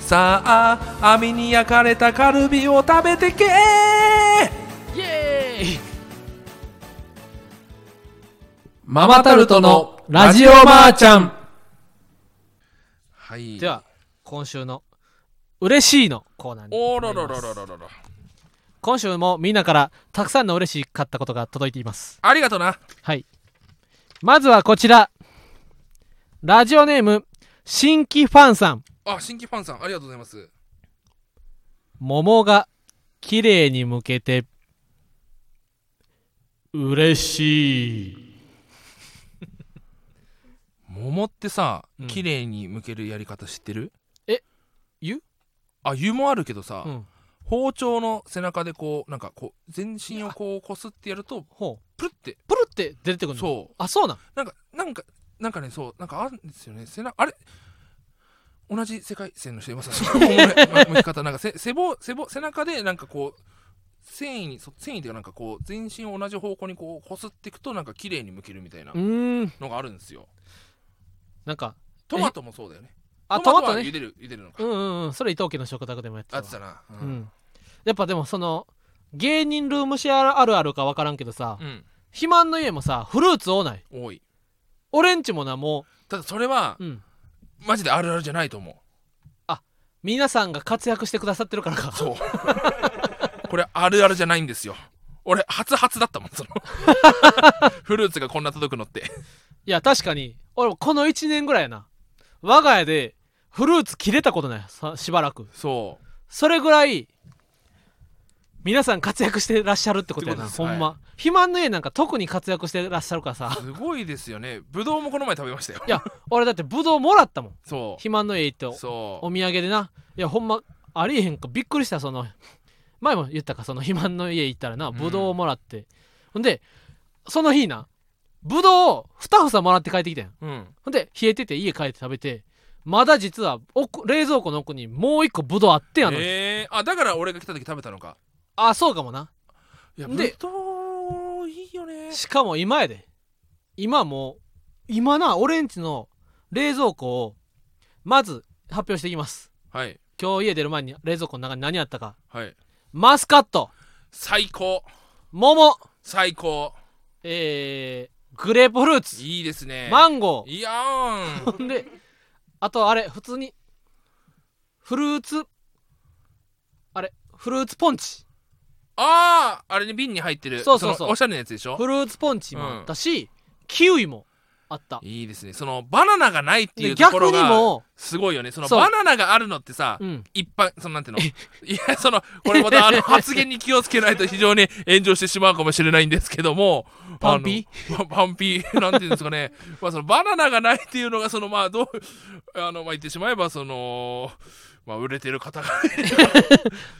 Speaker 4: さあ網に焼かれたカルビを食べてけ
Speaker 1: イエーイ
Speaker 4: ママタルトの
Speaker 1: ラジオばあちゃん
Speaker 2: はい
Speaker 1: では今週の「嬉しい」のコーナーに
Speaker 2: おーららららららら
Speaker 1: 今週もみんなからたくさんの嬉しかったことが届いています
Speaker 2: ありがとな
Speaker 1: はいまずはこちらラジオネーム新規ファンさん
Speaker 2: あ新規ファンさんありがとうございます
Speaker 1: 桃が綺麗に向けて嬉しい
Speaker 2: 桃ってさ
Speaker 1: うん
Speaker 2: 綺麗に向けるやり方知ってる、
Speaker 1: え湯
Speaker 2: あ湯もあるけどさ、
Speaker 1: うん
Speaker 2: 包丁の背中でこうなんかこう全身をこうこすってやると
Speaker 1: ほう
Speaker 2: プルって
Speaker 1: プルって出てくるのう
Speaker 2: そう
Speaker 1: あそうなん
Speaker 2: なんかなんかなんかねそうなんかあるんですよね背中あれ同じ世界線の人いますねごめんま向き方なんかせ背ぼ背ぼ背中でなんかこう繊維にそ繊維というかなんかこう全身を同じ方向にこうこすっていくとなんか綺麗に向けるみたいな
Speaker 1: うーん
Speaker 2: のがあるんですよ
Speaker 1: なんか
Speaker 2: トマトもそうだよね
Speaker 1: あトマト
Speaker 2: は
Speaker 1: ね
Speaker 2: 茹でる茹でるのか
Speaker 1: うんうんうんそれ伊藤家の食卓でもやってた
Speaker 2: あ
Speaker 1: わ
Speaker 2: ってたなう
Speaker 1: うんんやっぱでもその芸人ルームシェアあるあるか分からんけどさ、
Speaker 2: うん
Speaker 1: 肥満の家もさフルーツ多ない
Speaker 2: 多い
Speaker 1: 俺んちもなも
Speaker 2: ただそれは
Speaker 1: う、うん、
Speaker 2: マジであるあるじゃないと思う
Speaker 1: 皆さんが活躍してくださってるからか
Speaker 2: そうこれあるあるじゃないんですよ俺初々だったもん そのフルーツがこんな届くのって
Speaker 1: いや確かに俺もこの1年ぐらいやな我が家でフルーツ切れたことないさしばらく
Speaker 2: そう
Speaker 1: それぐらい皆さん活躍してらっしゃるってことやな
Speaker 2: ってこと
Speaker 1: ほ
Speaker 2: です
Speaker 1: んま、肥満の家なんか特に活躍してらっしゃるからさ
Speaker 2: すごいですよね。ぶどうもこの前食べましたよ。
Speaker 1: いや俺だってブドウもらったもん
Speaker 2: そ
Speaker 1: 肥満の家行って
Speaker 2: う。そ
Speaker 1: お土産でないやほんまありえへんかびっくりしたその前も言ったかその肥満の家行ったらな
Speaker 2: うん
Speaker 1: ぶどうをもらって、ほんでその日なぶどうを2房もらって帰ってきたん
Speaker 2: う。うん。
Speaker 1: ほんで冷えてて家帰って食べてまだ実は奥冷蔵庫の奥にもう一個ぶどうあってんやの、
Speaker 2: えー、あだから俺が来た時食べたのか。
Speaker 1: あそうかもない
Speaker 2: や、
Speaker 1: で
Speaker 2: ぶどういいよね。
Speaker 1: しかも今やで今もう今なオレンジの冷蔵庫をまず発表していきます
Speaker 2: はい。
Speaker 1: 今日家出る前に冷蔵庫の中に何あったか
Speaker 2: はい。
Speaker 1: マスカット
Speaker 2: 最高。
Speaker 1: 桃
Speaker 2: 最高。
Speaker 1: えー、グレープフルーツ
Speaker 2: いいですね
Speaker 1: マンゴ
Speaker 2: いやー
Speaker 1: ーほんであとあれ普通にフルーツあれフルーツポンチ
Speaker 2: あーあれね瓶に入ってる
Speaker 1: そうそうそう
Speaker 2: のおしゃれなやつでしょ
Speaker 1: フルーツポンチもあったし、キウイもあった
Speaker 2: いいですねそのバナナがないってい
Speaker 1: で
Speaker 2: うとこ
Speaker 1: 逆
Speaker 2: ろ
Speaker 1: に
Speaker 2: が
Speaker 1: も
Speaker 2: すごいよねその
Speaker 1: そう
Speaker 2: バナナがあるのってさ、
Speaker 1: うん
Speaker 2: 一般そのなんて いうのいやそのこれまたあ の発言に気をつけないと非常に炎上してしまうかもしれないんですけども
Speaker 1: パンピ
Speaker 2: あのパ パンピーなんていうんですかね、まあ、そのバナナがないっていうのがそのまあどうあの、まあ、言ってしまえばその、まあ、売れてる方が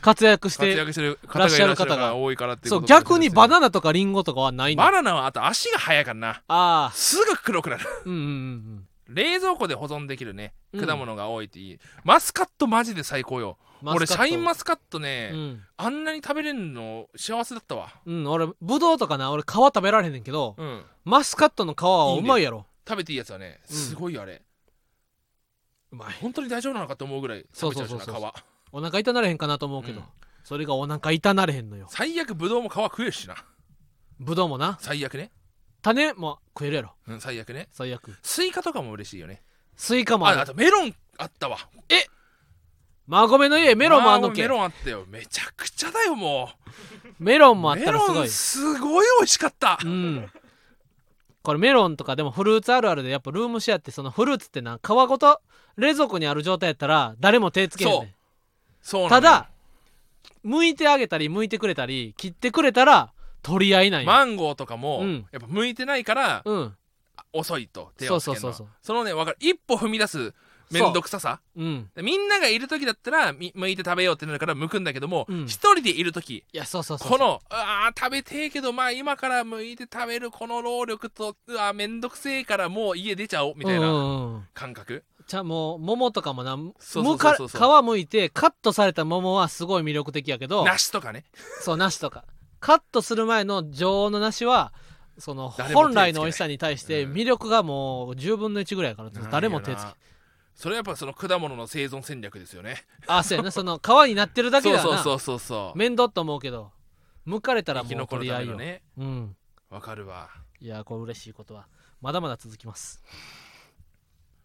Speaker 1: 活躍し
Speaker 2: 活
Speaker 1: て
Speaker 2: 躍してる方
Speaker 1: ら
Speaker 2: が
Speaker 1: っ
Speaker 2: い
Speaker 1: しゃる
Speaker 2: らっしゃる
Speaker 1: 方
Speaker 2: 方
Speaker 1: が
Speaker 2: が多いからっていう
Speaker 1: そ
Speaker 2: こ
Speaker 1: う
Speaker 2: と
Speaker 1: 逆にバ
Speaker 2: ナ
Speaker 1: ナナとかリンゴとかはないんだ
Speaker 2: バ
Speaker 1: あ
Speaker 2: ナナはあと足が速いからな
Speaker 1: あ
Speaker 2: すぐ黒くなる
Speaker 1: ーうんうんうん
Speaker 2: 冷蔵庫で保存できるね
Speaker 1: うん
Speaker 2: 果物が多いっていい、マスカットマジで最高よ
Speaker 1: うん
Speaker 2: 俺シャインマ
Speaker 1: ス
Speaker 2: スカットね
Speaker 1: カ、ットうん
Speaker 2: あんなに食べれるの幸せだったわ
Speaker 1: うん、俺ブドウとかな俺皮食べられへんねんけど、
Speaker 2: うん
Speaker 1: マスカットの皮はうまいやろ
Speaker 2: 食べていいやつはね
Speaker 1: うん
Speaker 2: すごいよあれ、
Speaker 1: うまい
Speaker 2: 本当に大丈夫なのかと思うぐらい食べちゃうしな
Speaker 1: そうそうそうそ
Speaker 2: 皮
Speaker 1: お腹痛なれへんかなと思うけど、
Speaker 2: うん
Speaker 1: それがお腹痛なれへんのよ
Speaker 2: 最悪ぶどうも皮食えるしな
Speaker 1: ブドウもな
Speaker 2: 最悪ね
Speaker 1: 種も食えるやろ
Speaker 2: うん最悪ね
Speaker 1: 最悪
Speaker 2: スイカとかも嬉しいよね
Speaker 1: スイカも
Speaker 2: あ
Speaker 1: あ
Speaker 2: あ
Speaker 1: る
Speaker 2: とメロンあったわ
Speaker 1: マゴメの家メロンもあんのけ
Speaker 2: メロンあったよめちゃくちゃだよも
Speaker 1: メロンもあ
Speaker 2: う
Speaker 1: っ
Speaker 2: メ
Speaker 1: たらす
Speaker 2: ロ
Speaker 1: ご
Speaker 2: ン
Speaker 1: い
Speaker 2: すごい美味しかった
Speaker 1: うんこれメロンとかでもフルーツあるあるでやっぱルームシェアってそのフルーツってな皮ごと冷蔵庫にある状態やったら誰も手つけへんね
Speaker 2: そうん
Speaker 1: た
Speaker 2: なのよ
Speaker 1: だ剥いてあげたり剥いてくれたり切ってくれたら取り合いなんや、
Speaker 2: マンゴーとかも、
Speaker 1: うん
Speaker 2: やっぱ向いてないから
Speaker 1: うん
Speaker 2: 遅いと手をつけ
Speaker 1: そ
Speaker 2: るの
Speaker 1: うそうそうそう
Speaker 2: そのねわかる一歩踏み出すめんどくささ
Speaker 1: うん
Speaker 2: でみんながいる時だったらみ向いて食べようってなるから向くんだけども
Speaker 1: うん
Speaker 2: 一、人でいる時
Speaker 1: いやそうそうそう
Speaker 2: このあー食べてえけどまあ今から向いて食べるこの労力とうわーめんどくせえからもう家出ちゃおうみたい
Speaker 1: うんう
Speaker 2: なん
Speaker 1: うん
Speaker 2: 感覚
Speaker 1: じゃあもう桃とかもな
Speaker 2: そう
Speaker 1: むか
Speaker 2: そうそうそう
Speaker 1: 皮むいてカットされた桃はすごい魅力的やけど
Speaker 2: 梨とかね
Speaker 1: そう梨とかカットする前の女王の梨はその
Speaker 2: 誰も手つけない
Speaker 1: 本来の美味しさに対して
Speaker 2: うん
Speaker 1: 魅力がもう10分の1ぐらいやから誰も手つけ
Speaker 2: なんやなそれはやっぱその果物の生存戦略ですよね
Speaker 1: あそうやなその皮になってるだけ
Speaker 2: そう
Speaker 1: だな
Speaker 2: そうそうそうそう
Speaker 1: 面倒と思うけど剥かれたら
Speaker 2: 生
Speaker 1: もう
Speaker 2: き残
Speaker 1: 取
Speaker 2: る
Speaker 1: り
Speaker 2: た
Speaker 1: 合
Speaker 2: め
Speaker 1: いよ、
Speaker 2: のね
Speaker 1: うん
Speaker 2: わかるわ
Speaker 1: いやこれ嬉しいことはまだまだ続きます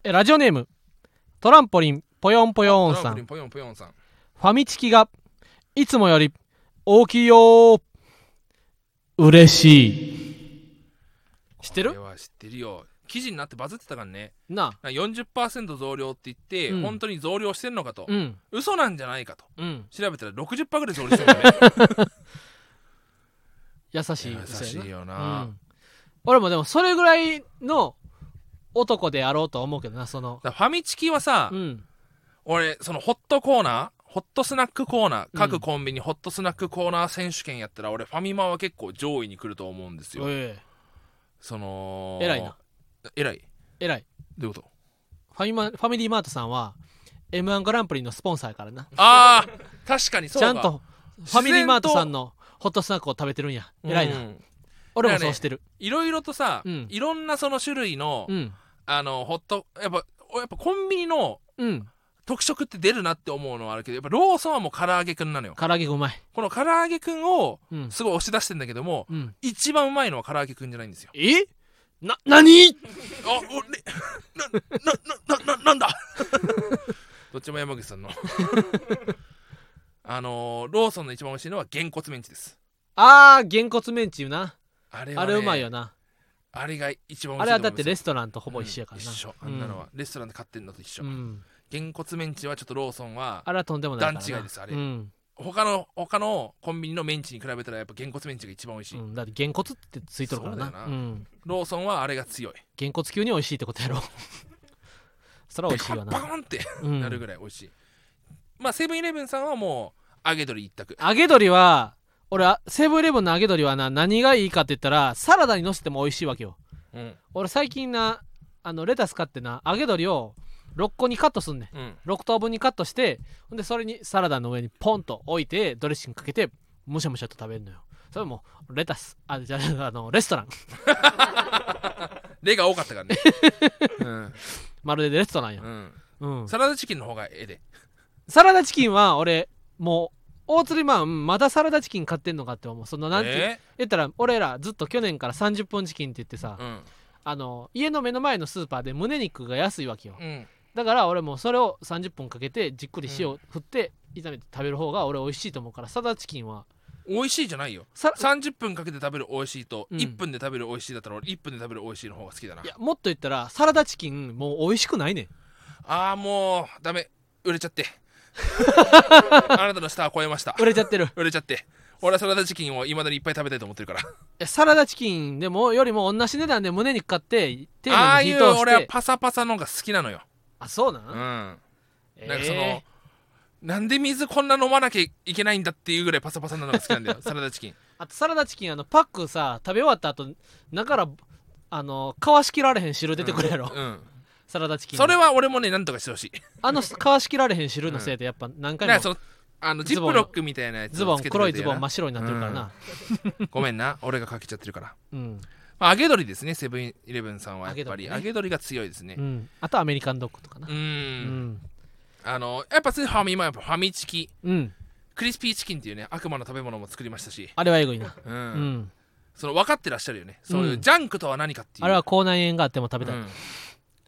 Speaker 1: えラジオネームトランポリンぽよんぽよん
Speaker 2: トラ
Speaker 1: さ
Speaker 2: ン
Speaker 1: ん
Speaker 2: プリンポヨンポヨンさん
Speaker 1: ファミチキがいつもより大きいよー嬉しい知って
Speaker 2: こ
Speaker 1: る
Speaker 2: れは知ってるよ記事になってバズってたからね
Speaker 1: なあ
Speaker 2: なんか40%増量って言って、
Speaker 1: うん
Speaker 2: 本当に増量してんのかと、
Speaker 1: うん
Speaker 2: 嘘なんじゃないかと
Speaker 1: うん
Speaker 2: 調べたら60%ぐらい増量してるんだね
Speaker 1: 優しい
Speaker 2: 優しいよ
Speaker 1: う
Speaker 2: な、
Speaker 1: ん、俺もでもそれぐらいの男であろうとは思うけどなその
Speaker 2: だからファミチキはさ、
Speaker 1: うん
Speaker 2: 俺そのホットコーナーホットスナックコーナー
Speaker 1: うん
Speaker 2: 各コンビニホットスナックコーナー選手権やったら俺ファミマは結構上位に来ると思うんですよ、
Speaker 1: え
Speaker 2: その
Speaker 1: 偉いな
Speaker 2: 偉い
Speaker 1: え偉い
Speaker 2: どういう こと
Speaker 1: ファミマファミリーマートさんは m 1グランプリのスポンサーやからな
Speaker 2: あー確かにそう
Speaker 1: ちゃ
Speaker 2: か
Speaker 1: んとファミリーマートさんのホットスナックを食べてるんや偉いな、
Speaker 2: うん
Speaker 1: 俺もそうしてる、
Speaker 2: いろいろとさ、
Speaker 1: うん
Speaker 2: いろんなその種類の、
Speaker 1: うん
Speaker 2: あのホットやっぱやっぱコンビニの
Speaker 1: うん
Speaker 2: 特色って出るなって思うのはあるけどやっぱローソンはもう唐揚げくんなのよ
Speaker 1: 唐揚げがうまい
Speaker 2: この唐揚げくんを
Speaker 1: うん
Speaker 2: すごい押し出してんだけども
Speaker 1: うん
Speaker 2: 一番うまいのは唐揚げくんじゃないんですよ
Speaker 1: えな、なに
Speaker 2: あ俺なななななんだ どっちも山口さんの あのーローソンの一番美味しいのはげんこつメンチです
Speaker 1: あー、げんこつメンチ言うな。
Speaker 2: あれは、
Speaker 1: あ
Speaker 2: ね、
Speaker 1: れうまいよな。
Speaker 2: あれが一番
Speaker 1: あ
Speaker 2: 美
Speaker 1: れ
Speaker 2: 味しい
Speaker 1: はだってレ
Speaker 2: ス
Speaker 1: ストランとほぼ一緒やからな。
Speaker 2: 一緒あんなのは、レストランで買ってんのと一緒、
Speaker 1: うん。うん
Speaker 2: げんこつメンチはちょっとローソンは
Speaker 1: あれはとんでもないからな。
Speaker 2: 段違いですあれ
Speaker 1: うん。
Speaker 2: 他の他のコンビニのメンチに比べたらやっぱげんこつメンチが一番美味し
Speaker 1: う
Speaker 2: い、
Speaker 1: ん、だってげんこつってついとるから
Speaker 2: そうだ
Speaker 1: な。
Speaker 2: よ
Speaker 1: う。
Speaker 2: なんローソンはあれが強い
Speaker 1: げんこつ級に美味しいってことやろ。 そら美味しいわ
Speaker 2: バカ
Speaker 1: な。
Speaker 2: バカンって
Speaker 1: う
Speaker 2: なる
Speaker 1: ん。
Speaker 2: ぐらい美味しい、まあセブンイレブンさんはもう揚げ鶏一択
Speaker 1: 揚げ鶏は、俺はセブンイレブンの揚げ鶏はな、何がいいかって言ったら、サラダにのせても美味しいわけよ。
Speaker 2: うん
Speaker 1: 俺最近な、あの、レタス買ってな、揚げ鶏を6個にカットすんねん。
Speaker 2: うん
Speaker 1: 6等分にカットしてほんでそれにサラダの上にポンと置いてドレッシングかけてむしゃむしゃと食べるのよそれもレタスあじゃああのレストラン
Speaker 2: 例が多かった からねうん、
Speaker 1: まるでレストランや
Speaker 2: う、ん、
Speaker 1: うん、
Speaker 2: サラダチキンの方がええで
Speaker 1: サラダチキンは俺もう大釣りマンまだサラダチキン買ってんのかって思うそのなんて、
Speaker 2: え
Speaker 1: 言ったら俺らずっと去年から30分チキンって言ってさ、
Speaker 2: ーうん
Speaker 1: あの家の目の前のスーパーで胸肉が安いわけよ
Speaker 2: うん
Speaker 1: だから俺もそれを30分かけてじっくり塩振って炒めて食べる方が俺美味しいと思うからサダチキンは
Speaker 2: 美味しいじゃないよ
Speaker 1: さ
Speaker 2: 30分かけて食べる美味しいと、
Speaker 1: うん
Speaker 2: 1分で食べる美味しいだったら俺1分で食べる美味しいの方が好きだない
Speaker 1: やもっと言ったらサラダチキンもう美味しくないねん
Speaker 2: ああもうダメ売れちゃって あなたの舌は 超えました
Speaker 1: 売れちゃってるい
Speaker 2: 売れちゃって俺はサラダチキンをいまだにいっぱい食べたいと思ってるから
Speaker 1: やサラダチキンでもよりも同じ値段で胸肉買って丁
Speaker 2: ああ
Speaker 1: 寧に
Speaker 2: いう
Speaker 1: 火通し
Speaker 2: 俺は
Speaker 1: て
Speaker 2: パサパサのが好きなのよ
Speaker 1: あそうな、
Speaker 2: うんん
Speaker 1: え
Speaker 2: なんかその、
Speaker 1: え
Speaker 2: なんで水こんな飲まなきゃいけないんだっていうぐらいパサパサなのが好きなんだ よサラダチキン
Speaker 1: あとサラダチキンあのパックさ食べ終わった後だからあのかわしきられへん汁出てくるやろ、
Speaker 2: うんうん
Speaker 1: サラダチキンの
Speaker 2: それは俺もねなんとかしてほしい
Speaker 1: あのかわしきられへん汁のせいでやっぱ何回
Speaker 2: だか
Speaker 1: も
Speaker 2: らそのあのジップロックみたいなやつ
Speaker 1: ズ
Speaker 2: を
Speaker 1: ボ
Speaker 2: つ
Speaker 1: ン
Speaker 2: けて
Speaker 1: 黒いズボン真
Speaker 2: マ
Speaker 1: っ白になってるからな
Speaker 2: ごめんな俺がかけちゃってるから、
Speaker 1: うん、
Speaker 2: まあ、揚げ鶏ですねセブンイレブンさんはやっぱり
Speaker 1: 揚げ
Speaker 2: 揚げ
Speaker 1: 鶏ね
Speaker 2: 鶏が強いですね
Speaker 1: う、ん、あとアメリカンドッグとかな
Speaker 2: う
Speaker 1: うんん
Speaker 2: あのやっぱスーファミマやっぱファミチキ
Speaker 1: うん
Speaker 2: クリスピーチキンっていうね悪魔の食べ物も作りましたし、
Speaker 1: あれはエグいな
Speaker 2: うん
Speaker 1: うん
Speaker 2: その分かってらっしゃるよねそういううんジャンクとは何かっていう、
Speaker 1: あれは口内炎があっても食べたい、
Speaker 2: うん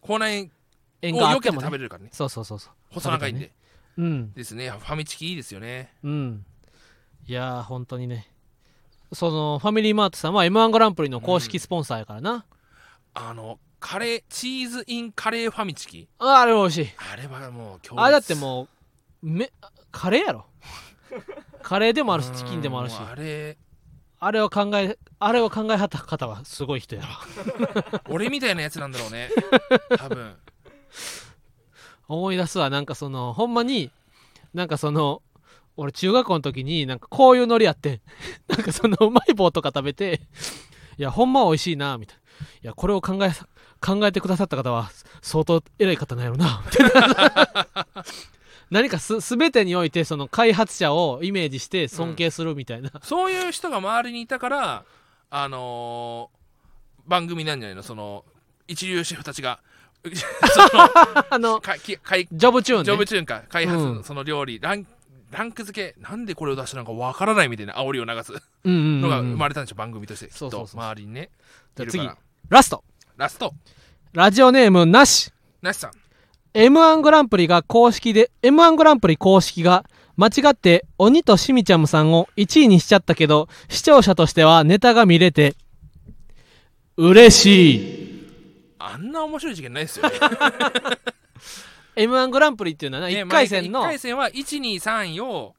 Speaker 2: 口内
Speaker 1: 縁
Speaker 2: 炎
Speaker 1: が
Speaker 2: を
Speaker 1: あ
Speaker 2: 避
Speaker 1: って
Speaker 2: けて
Speaker 1: も、
Speaker 2: 食べ
Speaker 1: ね、
Speaker 2: れるからね
Speaker 1: そうそうそうそう
Speaker 2: 細長いんで、
Speaker 1: 食うん
Speaker 2: ですねファミチキいいですよね
Speaker 1: うんいやー本当にねそのファミリーマートさんは m 1グランプリの公式スポンサーやからな、
Speaker 2: あのカレーチーズインカレーファミチキ
Speaker 1: ああれは美味しい
Speaker 2: あれはもう強烈
Speaker 1: あれだってもうめカレーやろ カレーでもあるしチキンでもあるし
Speaker 2: うん あれ
Speaker 1: あれを考えあれを考えはった方はすごい人やろ
Speaker 2: 俺みたいなやつなんだろうね多分
Speaker 1: 思い出すわなんかそのほんまになんかその俺中学校の時になんかこういうノリやってなん かそのうまい棒とか食べていやほんま美味しいなみたいないやこれを考えさ考えてくださった方は相当偉い方なんやろなみたいな 何かす全てにおいてその開発者をイメージして尊敬するみたいな、
Speaker 2: そういう人が周りにいたからあのー番組なんじゃないのその一流シェフたちが
Speaker 1: あの
Speaker 2: かきかい
Speaker 1: ジョブチューン、ね、
Speaker 2: ジョブチューンか開発
Speaker 1: う
Speaker 2: の
Speaker 1: ん
Speaker 2: その料理、ランランク付けなんでこれを出したのかわからないみたいな煽りを流す
Speaker 1: うんうんうん
Speaker 2: のが生まれたんでしょ、番組としてきっ
Speaker 1: そうそ
Speaker 2: と
Speaker 1: うそう
Speaker 2: 周りにね
Speaker 1: じゃあ
Speaker 2: いるか
Speaker 1: 次
Speaker 2: ら
Speaker 1: ラスト
Speaker 2: ラスト
Speaker 1: ラジオネームなし
Speaker 2: ナシさん
Speaker 1: M1 グランプリが公式で、M1 グランプリ公式が間違って鬼としみちゃむさんを1位にしちゃったけど、視聴者としてはネタが見れて、嬉しい。
Speaker 2: あんな面白い事件ないですよね
Speaker 1: M1 グランプリっていうのはな、
Speaker 2: ね
Speaker 1: 1回戦の、
Speaker 2: 毎回一回戦は123位を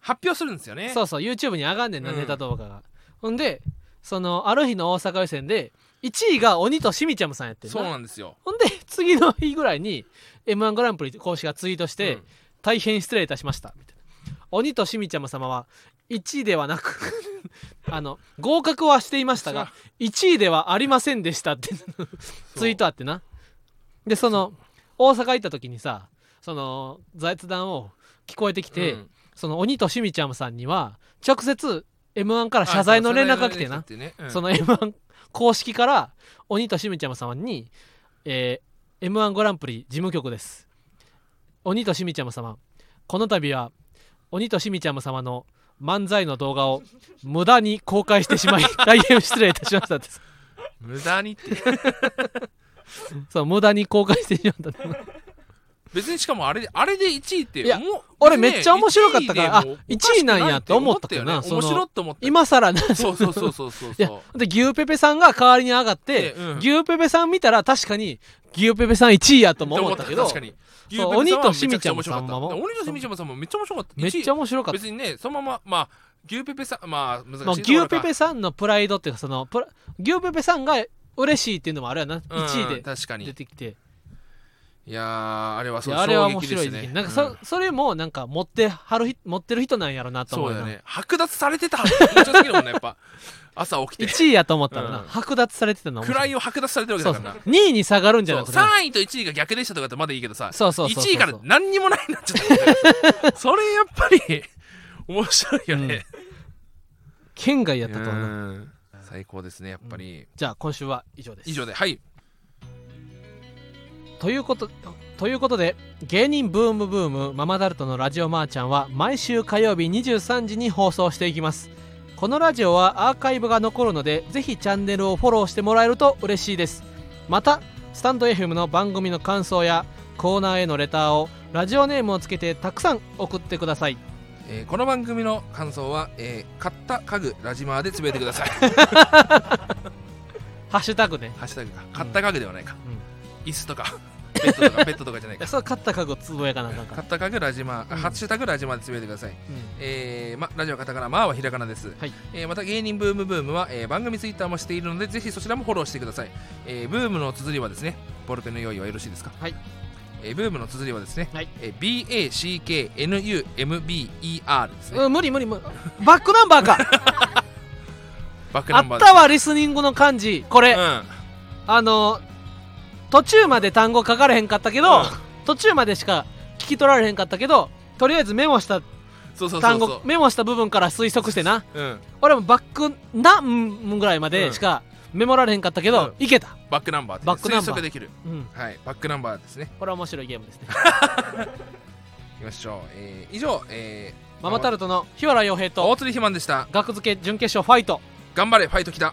Speaker 2: 発表するんですよね
Speaker 1: そうそう、YouTube に上がんねんな、
Speaker 2: うん
Speaker 1: ネタ動画が。ほんで、その、ある日の大阪予選で、1位が鬼としみちゃむさんやってん
Speaker 2: そう
Speaker 1: な。
Speaker 2: なんですよ
Speaker 1: ほんで、次の日ぐらいに、M1 グランプリ公式がツイートして、
Speaker 2: うん
Speaker 1: 大変失礼いたしましたみたいな鬼としみちゃむ様は1位ではなく あの合格はしていましたが1位ではありませんでしたってツイートあってなでその大阪行った時にさその雑談を聞こえてきて、
Speaker 2: うん
Speaker 1: その鬼としみちゃむさんには直接 m 1から謝罪の連絡が来てな
Speaker 2: あそう謝罪の連絡が来てねうん
Speaker 1: その m 1公式から鬼としみちゃむ様に、えー、m 1グランプリ事務局です鬼としみちゃむ様この度は鬼としみちゃむ様の漫才の動画を無駄に公開してし まい大変失礼いたしましたです
Speaker 2: 無駄にって
Speaker 1: そう無駄に公開してしまったね
Speaker 2: 別にしかもあれであれで1位って
Speaker 1: いや
Speaker 2: もう
Speaker 1: 俺
Speaker 2: 別にね
Speaker 1: めっちゃ面白かったから
Speaker 2: 1位でも
Speaker 1: あ1位なんやって思ったけどな
Speaker 2: 面白って思ったよね
Speaker 1: 今更な
Speaker 2: 面白って思ったよそうそうそうそうそ
Speaker 1: い
Speaker 2: う
Speaker 1: や
Speaker 2: そう
Speaker 1: で牛ペペさんが代わりに上がって、
Speaker 2: ええうん
Speaker 1: 牛ペペさん見たら確かに牛ペペさん1位やとも思ったけど
Speaker 2: 確かに
Speaker 1: そう
Speaker 2: 牛ペペさんは
Speaker 1: 鬼としみちゃんも
Speaker 2: めちゃくちゃ面白かった
Speaker 1: さんも
Speaker 2: 鬼としみちゃんもさんもめっちゃ面白かった
Speaker 1: めっちゃ面白かった
Speaker 2: 別にねそのまままあ牛ペペさんまあ難しい
Speaker 1: まあ、
Speaker 2: ところ
Speaker 1: 牛
Speaker 2: か
Speaker 1: ペペさんのプライドっていうかそのプラ牛ペペさんが嬉しいっていうのもあるやな、
Speaker 2: うん
Speaker 1: 1位で
Speaker 2: 確かに
Speaker 1: 出てきて
Speaker 2: いやーあれはそ
Speaker 1: いうやあれは面
Speaker 2: 衝撃で
Speaker 1: 白い
Speaker 2: し
Speaker 1: で
Speaker 2: た
Speaker 1: す
Speaker 2: ね
Speaker 1: ねなんかそ,、
Speaker 2: うん
Speaker 1: それもなんか持ってはる人持ってる人なんやろなと思
Speaker 2: そうう
Speaker 1: な
Speaker 2: だよね剥奪されてためっちゃ好きだもんね やっぱ朝起きて
Speaker 1: 1位やと思ったらな、
Speaker 2: うん
Speaker 1: 剥奪されてたの面白
Speaker 2: 位
Speaker 1: い
Speaker 2: を剥奪されてるわけ
Speaker 1: そ
Speaker 2: だ
Speaker 1: う
Speaker 2: か
Speaker 1: そう
Speaker 2: らな
Speaker 1: 2位に下がるんじゃなくて
Speaker 2: そう3位と1位が逆でしたとかってまだいいけどさ
Speaker 1: そうそうそうそうそう
Speaker 2: 1位から何にもないなっちゃ ったそれやっぱり面白いよね、
Speaker 1: 県外やったとはな
Speaker 2: うん最高ですねやっぱり、
Speaker 1: じゃあ今週は以上です
Speaker 2: 以上ではい
Speaker 1: ということということで芸人ブームブームママダルトのラジオマーちゃんは毎週火曜日23時に放送していきますこのラジオはアーカイブが残るのでぜひチャンネルをフォローしてもらえると嬉しいですまたスタンド FM の番組の感想やコーナーへのレターをラジオネームをつけてたくさん送ってください
Speaker 2: えーこの番組の感想は、えー買った家具ラジマーでつぶやいてください
Speaker 1: ハッシュタグね
Speaker 2: ハッシュタグか買った家具ではないか、椅子とかベッドとかペットとかじゃないか
Speaker 1: そう買った家具をつぶやかななんか
Speaker 2: 買った家具ラジマ
Speaker 1: う
Speaker 2: ー、
Speaker 1: ん
Speaker 2: ハッシュタグラジマーでつぶやいてください
Speaker 1: うん
Speaker 2: えーま、ラジオカタカナマーはひらがなです、
Speaker 1: はい
Speaker 2: えーまた芸人ブームブームは、えー番組ツイッターもしているのでぜひそちらもフォローしてください、えーブームの綴りはですねボルテの用意はよろしいですか
Speaker 1: はい、
Speaker 2: えーブームの綴りはですね、
Speaker 1: はい
Speaker 2: えー BACKNUMBER ですね、
Speaker 1: うん、無理無理無理バックナンバーか
Speaker 2: バック
Speaker 1: あ
Speaker 2: ナンバ
Speaker 1: っ
Speaker 2: ーで
Speaker 1: たわリスニングの漢字これ、
Speaker 2: うん
Speaker 1: あの途中まで単語書かれへんかったけど、
Speaker 2: うん
Speaker 1: 途中までしか聞き取られへんかったけどとりあえずメモした
Speaker 2: そうそうそ
Speaker 1: 単
Speaker 2: う
Speaker 1: 語
Speaker 2: そう
Speaker 1: メモした部分から推測してな
Speaker 2: うん、
Speaker 1: 俺もバックナンぐらいまでしかメモられへんかったけど、
Speaker 2: うん
Speaker 1: いけた
Speaker 2: バックナンバーって
Speaker 1: バックナンバー
Speaker 2: 推測できる
Speaker 1: うん
Speaker 2: はいバックナンバーですね
Speaker 1: これは面白いゲームですね
Speaker 2: いきましょう、えー以上、えー
Speaker 1: ママタルトの日原洋平と
Speaker 2: 大鶴ひまんでした
Speaker 1: 学付け準決勝ファイト
Speaker 2: 頑張れファイトきた